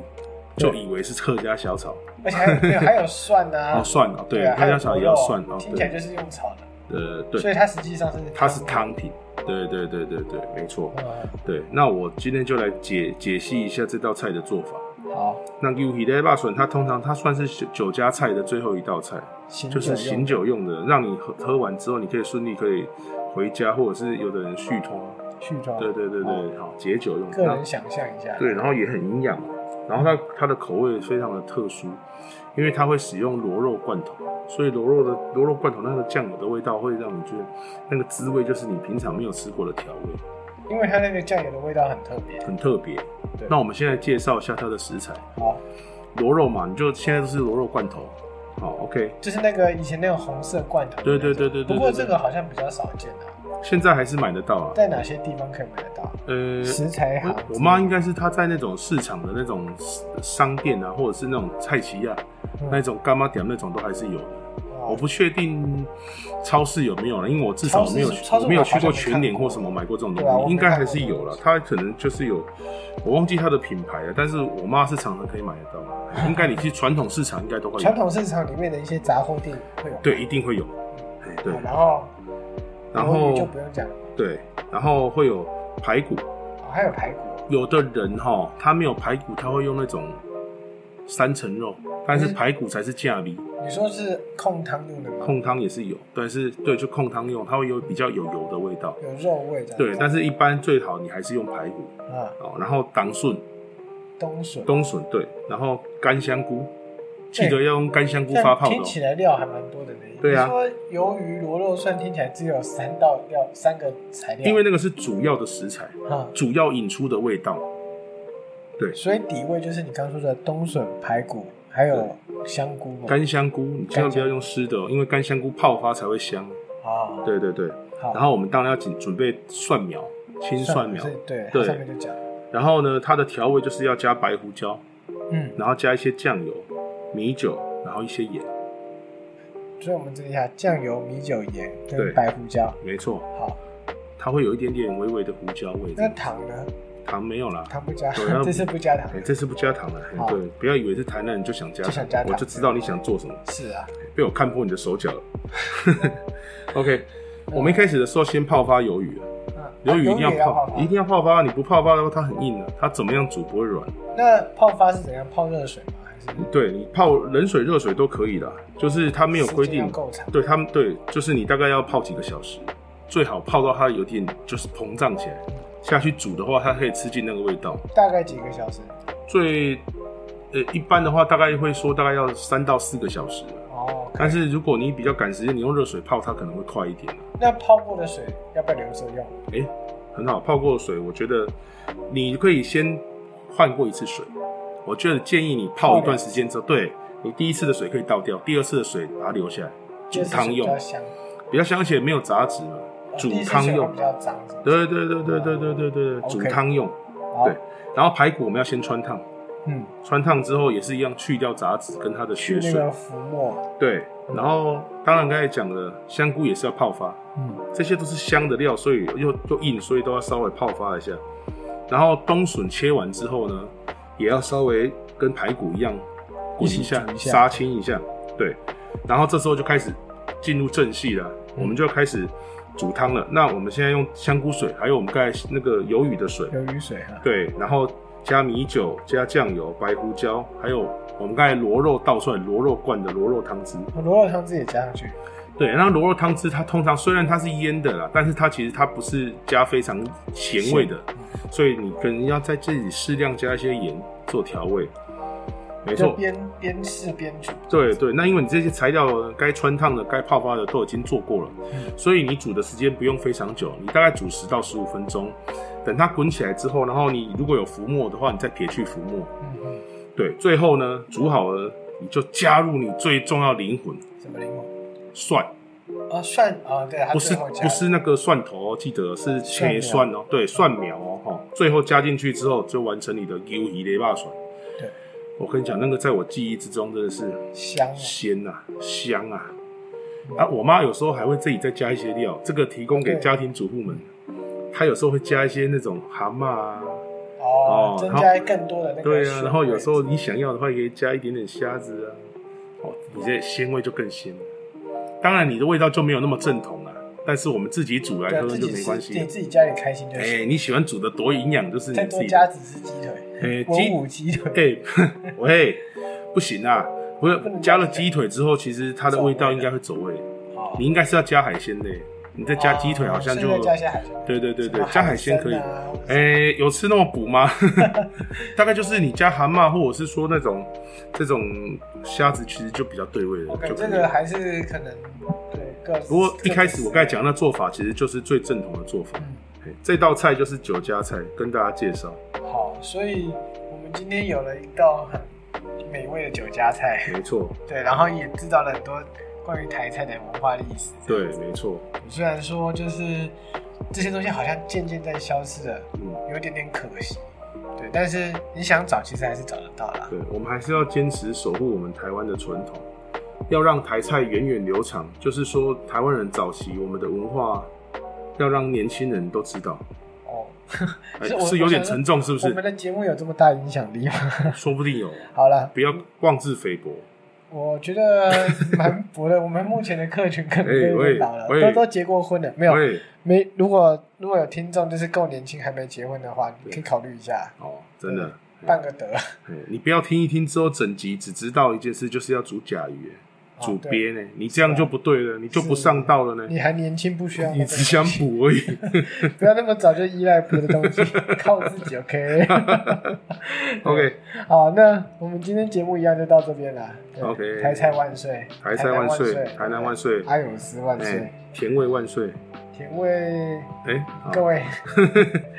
[SPEAKER 2] 就以为是客家小炒？
[SPEAKER 1] 而且还有没有还有蒜啊，
[SPEAKER 2] 哦，蒜哦，对，
[SPEAKER 1] 啊，
[SPEAKER 2] 客
[SPEAKER 1] 还有
[SPEAKER 2] 家小炒也要
[SPEAKER 1] 牛肉
[SPEAKER 2] 蒜哦，
[SPEAKER 1] 听起来
[SPEAKER 2] 对，
[SPEAKER 1] 就是用炒的，
[SPEAKER 2] 呃，
[SPEAKER 1] 所
[SPEAKER 2] 对，
[SPEAKER 1] 以它实际上是
[SPEAKER 2] 它是。汤品，对对对对对，没错，
[SPEAKER 1] 嗯，
[SPEAKER 2] 对。那我今天就来解解析一下这道菜的做法。
[SPEAKER 1] 好，
[SPEAKER 2] 那鱿鱼的辣笋，它通常它算是酒酒家菜的最后一道菜，
[SPEAKER 1] 醒酒
[SPEAKER 2] 就是
[SPEAKER 1] 用
[SPEAKER 2] 醒酒用的，让你喝喝完之后，你可以顺利可以回家，或者是有的人续托，
[SPEAKER 1] 续装，
[SPEAKER 2] 对对对对，好解酒用
[SPEAKER 1] 哦
[SPEAKER 2] 的。
[SPEAKER 1] 个
[SPEAKER 2] 那
[SPEAKER 1] 人想象一下，
[SPEAKER 2] 对，然后也很营养，然后它它的口味非常的特殊，因为它会使用螺肉罐头，所以螺肉的螺肉罐头那个酱油的味道会让你觉得那个滋味就是你平常没有吃过的调味，
[SPEAKER 1] 因为它那个酱油的味道很特别。
[SPEAKER 2] 很特别
[SPEAKER 1] 对。
[SPEAKER 2] 那我们现在介绍一下它的食材，
[SPEAKER 1] 好，
[SPEAKER 2] 螺肉嘛，你就现在都是螺肉罐头，好，OK，
[SPEAKER 1] 就是那个以前那种红色罐头的那种。
[SPEAKER 2] 对对对对对对
[SPEAKER 1] 不过这个好像比较少见啊，
[SPEAKER 2] 现在还是买得到啊，
[SPEAKER 1] 在哪些地方可以买得到？
[SPEAKER 2] 呃。
[SPEAKER 1] 食材行
[SPEAKER 2] 我，我妈应该是她在那种市场的那种商店啊，或者是那种菜奇亚、
[SPEAKER 1] 嗯
[SPEAKER 2] 那种干妈点那种都还是有的。
[SPEAKER 1] 哦
[SPEAKER 2] 我不确定超市有没有了，因为我至少
[SPEAKER 1] 超市
[SPEAKER 2] 没有
[SPEAKER 1] 超市
[SPEAKER 2] 我没有去
[SPEAKER 1] 我好像没
[SPEAKER 2] 全
[SPEAKER 1] 看
[SPEAKER 2] 脸
[SPEAKER 1] 过
[SPEAKER 2] 或什么买过这种
[SPEAKER 1] 对啊我
[SPEAKER 2] 东
[SPEAKER 1] 没
[SPEAKER 2] 西，应该还是有了。它可能就是有，我忘记它的品牌了，但是我妈是常常可以买得 到。应该你去传统市场应该都会
[SPEAKER 1] 传
[SPEAKER 2] 有，
[SPEAKER 1] 统市场里面的一些杂货店会有。
[SPEAKER 2] 对，一定会有。哎对
[SPEAKER 1] 好，，然后鱿
[SPEAKER 2] 然后
[SPEAKER 1] 鱼就不用讲了，
[SPEAKER 2] 对，然后会有排骨。
[SPEAKER 1] 哦还有排骨，
[SPEAKER 2] 有的人哈，他没有排骨，他会用那种三层肉，但是
[SPEAKER 1] 嗯
[SPEAKER 2] 排骨才是架味。
[SPEAKER 1] 你说是控汤用的吗？
[SPEAKER 2] 控汤也是有，但是对，就控汤用，它会有比较有油的味道。
[SPEAKER 1] 有肉味的。
[SPEAKER 2] 对，但是一般最好你还是用排骨
[SPEAKER 1] 啊，
[SPEAKER 2] 哦，然后党笋、
[SPEAKER 1] 冬笋。
[SPEAKER 2] 冬笋对，然后干香菇，
[SPEAKER 1] 对
[SPEAKER 2] 记得要用干香菇
[SPEAKER 1] 这样
[SPEAKER 2] 发泡的、
[SPEAKER 1] 听起
[SPEAKER 2] 哦。
[SPEAKER 1] 来料还蛮多的呢。
[SPEAKER 2] 对啊
[SPEAKER 1] 你说鱿鱼、螺肉蒜听起来只有三道料，三个材料。
[SPEAKER 2] 因为那个是主要的食材，
[SPEAKER 1] 啊，
[SPEAKER 2] 主要引出的味
[SPEAKER 1] 哦
[SPEAKER 2] 道。
[SPEAKER 1] 所以底味就是你刚说的冬笋、排骨，还有香菇嘛。
[SPEAKER 2] 干香菇你千万不要用湿的、哦，因为干香菇泡发才会香。
[SPEAKER 1] 啊，
[SPEAKER 2] 对对对，
[SPEAKER 1] 好。
[SPEAKER 2] 然后我们当然要准准备蒜苗，青蒜苗
[SPEAKER 1] 是，对，它
[SPEAKER 2] 对
[SPEAKER 1] 上面就讲，
[SPEAKER 2] 然后呢，它的调味就是要加白胡椒，
[SPEAKER 1] 嗯，
[SPEAKER 2] 然后加一些酱油、米酒，然后一些盐。
[SPEAKER 1] 所以我们这一下酱油、米酒、盐
[SPEAKER 2] 对
[SPEAKER 1] 跟白胡椒。
[SPEAKER 2] 没错，
[SPEAKER 1] 好，
[SPEAKER 2] 它会有一点点微微的胡椒味。
[SPEAKER 1] 那糖呢？
[SPEAKER 2] 糖没有啦，
[SPEAKER 1] 糖不加
[SPEAKER 2] 对 那，
[SPEAKER 1] 这次不加糖
[SPEAKER 2] 哎、。这次不加糖了、哎
[SPEAKER 1] 好
[SPEAKER 2] 对，不要以为是台南人就想加
[SPEAKER 1] 就
[SPEAKER 2] 糖，
[SPEAKER 1] 想加糖
[SPEAKER 2] 我就知道你想做什 么，
[SPEAKER 1] 是啊，
[SPEAKER 2] 被我看破你的手脚了。OK，我们一开始的时候先泡发鱿鱼嗯啊，
[SPEAKER 1] 嗯
[SPEAKER 2] 鱿鱼一定
[SPEAKER 1] 也要
[SPEAKER 2] 泡，
[SPEAKER 1] 泡
[SPEAKER 2] 一
[SPEAKER 1] 发。
[SPEAKER 2] 定要泡发，你不泡发的话它很硬的、它怎么样煮不会软。
[SPEAKER 1] 那泡发是怎样？泡热水吗？还是
[SPEAKER 2] 对你泡冷水、热水都可以的，就是它没有规
[SPEAKER 1] 时间
[SPEAKER 2] 定
[SPEAKER 1] 要，够长？
[SPEAKER 2] 对他们对，就是你大概要泡几个小时，最好泡到它有点就是膨胀起来，下去煮的话它可以吃进那个味道。
[SPEAKER 1] 大概几个小时？
[SPEAKER 2] 最呃一般的话，大概会说大概要三到四个小时。
[SPEAKER 1] 哦，
[SPEAKER 2] 但是如果你比较赶时间，你用热水泡，它可能会快一点。
[SPEAKER 1] 那泡过的水要不要留着用？
[SPEAKER 2] 哎、很好，泡过水，我觉得你可以先换过一次水。我觉得建议你泡一段时间之后，对你第一次的水可以倒掉，第二次的水把它留下来，煮
[SPEAKER 1] 就是
[SPEAKER 2] 汤
[SPEAKER 1] 比
[SPEAKER 2] 用
[SPEAKER 1] 较，香。呃
[SPEAKER 2] 比较香，而且没有杂质嘛。煮
[SPEAKER 1] 第一次
[SPEAKER 2] 汤
[SPEAKER 1] 选会
[SPEAKER 2] 用
[SPEAKER 1] 比较脏，是不是
[SPEAKER 2] 对对对对对对对对，
[SPEAKER 1] OK
[SPEAKER 2] 煮汤用。
[SPEAKER 1] 好
[SPEAKER 2] 对然后排骨我们要先穿烫，
[SPEAKER 1] 嗯，
[SPEAKER 2] 穿烫之后也是一样去掉杂质跟它的
[SPEAKER 1] 去
[SPEAKER 2] 血
[SPEAKER 1] 那
[SPEAKER 2] 水。
[SPEAKER 1] 个浮沫，
[SPEAKER 2] 对，然后当然刚才讲的香菇也是要泡发，
[SPEAKER 1] 嗯，
[SPEAKER 2] 这些都是香的料，所以又又硬，所以都要稍微泡发一下。然后冬笋切完之后呢，也要稍微跟排骨一样滚一
[SPEAKER 1] 一
[SPEAKER 2] 下
[SPEAKER 1] 起煮一，下
[SPEAKER 2] 杀青一下。对，然后这时候就开始进入正戏了，
[SPEAKER 1] 嗯
[SPEAKER 2] 我们就要开始煮汤了。那我们现在用香菇水，还有我们刚才那个鱿鱼的水，
[SPEAKER 1] 流雨水啊，
[SPEAKER 2] 对，然后加米酒、加酱油、白胡椒，还有我们刚才螺肉倒出来螺肉罐的螺肉汤汁。
[SPEAKER 1] 罗肉汤自己加上去，
[SPEAKER 2] 对，那螺肉汤汁它通常虽然它是腌的啦，但是它其实它不是加非常咸味的，所以你可能要在这里适量加一些盐做调味。没
[SPEAKER 1] 就
[SPEAKER 2] 错，
[SPEAKER 1] 边边试边煮，
[SPEAKER 2] 对对，那因为你这些材料该穿烫的、该泡发的都已经做过了，
[SPEAKER 1] 嗯
[SPEAKER 2] 所以你煮的时间不用非常久，你大概煮十到十五分钟。等它滚起来之后，然后你如果有浮沫的话，你再撇去浮沫。
[SPEAKER 1] 嗯嗯，
[SPEAKER 2] 对，最后呢，煮好了你就加入你最重要的灵魂
[SPEAKER 1] 什么柠檬
[SPEAKER 2] 蒜。
[SPEAKER 1] 啊，蒜啊，对，它
[SPEAKER 2] 不是
[SPEAKER 1] 最后加
[SPEAKER 2] 不是那个蒜头哦，记得哦是切蒜哦，对，蒜苗哦，哈，最后加进去之后就完成你的鱿鱼雷霸蒜。
[SPEAKER 1] 对，
[SPEAKER 2] 我跟你讲，那个在我记忆之中真的是
[SPEAKER 1] 香啊，
[SPEAKER 2] 鲜啊，香啊！啊，我妈有时候还会自己再加一些料，这个提供给
[SPEAKER 1] 对
[SPEAKER 2] 家庭主妇们。她有时候会加一些那种蛤蟆啊，
[SPEAKER 1] 哦
[SPEAKER 2] 哦，
[SPEAKER 1] 增
[SPEAKER 2] 然后
[SPEAKER 1] 加更多的那个
[SPEAKER 2] 对
[SPEAKER 1] 水
[SPEAKER 2] 啊，
[SPEAKER 1] 味
[SPEAKER 2] 然后有时候你想要的话，也可以加一点点虾子啊。哦，你这鲜味就更鲜了。当然，你的味道就没有那么正统啊，但是我们自己煮来
[SPEAKER 1] 对
[SPEAKER 2] 喝
[SPEAKER 1] 啊自
[SPEAKER 2] 就
[SPEAKER 1] 己
[SPEAKER 2] 没
[SPEAKER 1] 吃
[SPEAKER 2] 关系
[SPEAKER 1] 你。自己家里开心就
[SPEAKER 2] 哎、
[SPEAKER 1] 行，
[SPEAKER 2] 你喜欢煮的多营养，就是你
[SPEAKER 1] 再
[SPEAKER 2] 自
[SPEAKER 1] 多
[SPEAKER 2] 己。
[SPEAKER 1] 加几只鸡腿，
[SPEAKER 2] 哎、鸡
[SPEAKER 1] 我母鸡腿，
[SPEAKER 2] 哎、喂，不行啊！不是
[SPEAKER 1] 不能
[SPEAKER 2] 加了鸡腿之后，其实它的味道应该会走味。
[SPEAKER 1] 哦
[SPEAKER 2] 你应该是要加海鲜的，你再加鸡腿好像就
[SPEAKER 1] 哦现在加一些海鲜，
[SPEAKER 2] 对对对
[SPEAKER 1] 什
[SPEAKER 2] 对
[SPEAKER 1] 么，
[SPEAKER 2] 加海鲜可以
[SPEAKER 1] 参。啊或者
[SPEAKER 2] 哎、有吃那么 补吗？大概就是你加蛤蟆，或者是说那种这种虾子，其实就比较对味了。
[SPEAKER 1] OK，
[SPEAKER 2] 就可以
[SPEAKER 1] 这个还是可能对个。
[SPEAKER 2] 不过一开始我刚才，讲那做法，其实就是最正统的做法。
[SPEAKER 1] 嗯，
[SPEAKER 2] 嘿这道菜就是酒家菜，跟大家介绍。
[SPEAKER 1] 好，所以我们今天有了一道很美味的酒家菜，
[SPEAKER 2] 没错，
[SPEAKER 1] 对，然后也知道了很多关于台菜的文化历史。
[SPEAKER 2] 对，没错，
[SPEAKER 1] 虽然说就是这些东西好像渐渐在消失了，
[SPEAKER 2] 嗯。
[SPEAKER 1] 有一点点可惜，对，但是你想找，其实还是找得到啦。
[SPEAKER 2] 对，我们还是要坚持守护我们台湾的传统，要让台菜源远流长。就是说，台湾人早期我们的文化，要让年轻人都知道，
[SPEAKER 1] 哦，
[SPEAKER 2] 哎
[SPEAKER 1] 是我
[SPEAKER 2] 是有点沉重，是不
[SPEAKER 1] 我
[SPEAKER 2] 是
[SPEAKER 1] 们？的节目有这么大影响力吗？
[SPEAKER 2] 说不定有，
[SPEAKER 1] 好了，
[SPEAKER 2] 不要妄自菲薄。
[SPEAKER 1] 我觉得 蛮薄的。我们目前的客群可能都有点老了，
[SPEAKER 2] 喂喂
[SPEAKER 1] 都都结过婚了，没有
[SPEAKER 2] 喂，
[SPEAKER 1] 没。如果如果有听众就是够年轻还没结婚的话，你可以考虑一下，
[SPEAKER 2] 哦，真的，
[SPEAKER 1] 办个德。
[SPEAKER 2] 哎你不要听一听之后整集只知道一件事，就是要煮甲鱼，哎煮
[SPEAKER 1] 哦对啊
[SPEAKER 2] 鳖呢，你这样就不对了，你就不上道了呢
[SPEAKER 1] 你。还年轻，不需要那
[SPEAKER 2] 你
[SPEAKER 1] 个
[SPEAKER 2] 只想补而已。
[SPEAKER 1] 不要那么早就依赖别的东 西，靠自己。OK，
[SPEAKER 2] OK，
[SPEAKER 1] 好，那我们今天节目一样就到这边了。对
[SPEAKER 2] OK
[SPEAKER 1] 台菜万岁，
[SPEAKER 2] 台菜万岁，台南万岁，
[SPEAKER 1] 阿勇斯万岁
[SPEAKER 2] 哎，，甜味万岁。
[SPEAKER 1] 请问
[SPEAKER 2] 哎，好
[SPEAKER 1] 各位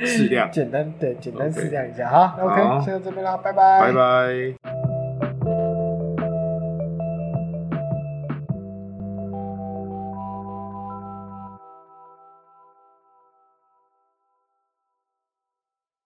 [SPEAKER 2] 适量。
[SPEAKER 1] 简单对简单
[SPEAKER 2] OK
[SPEAKER 1] 思量一下哈。那 OK，
[SPEAKER 2] 好
[SPEAKER 1] 先到这边啦，拜拜，
[SPEAKER 2] 拜拜。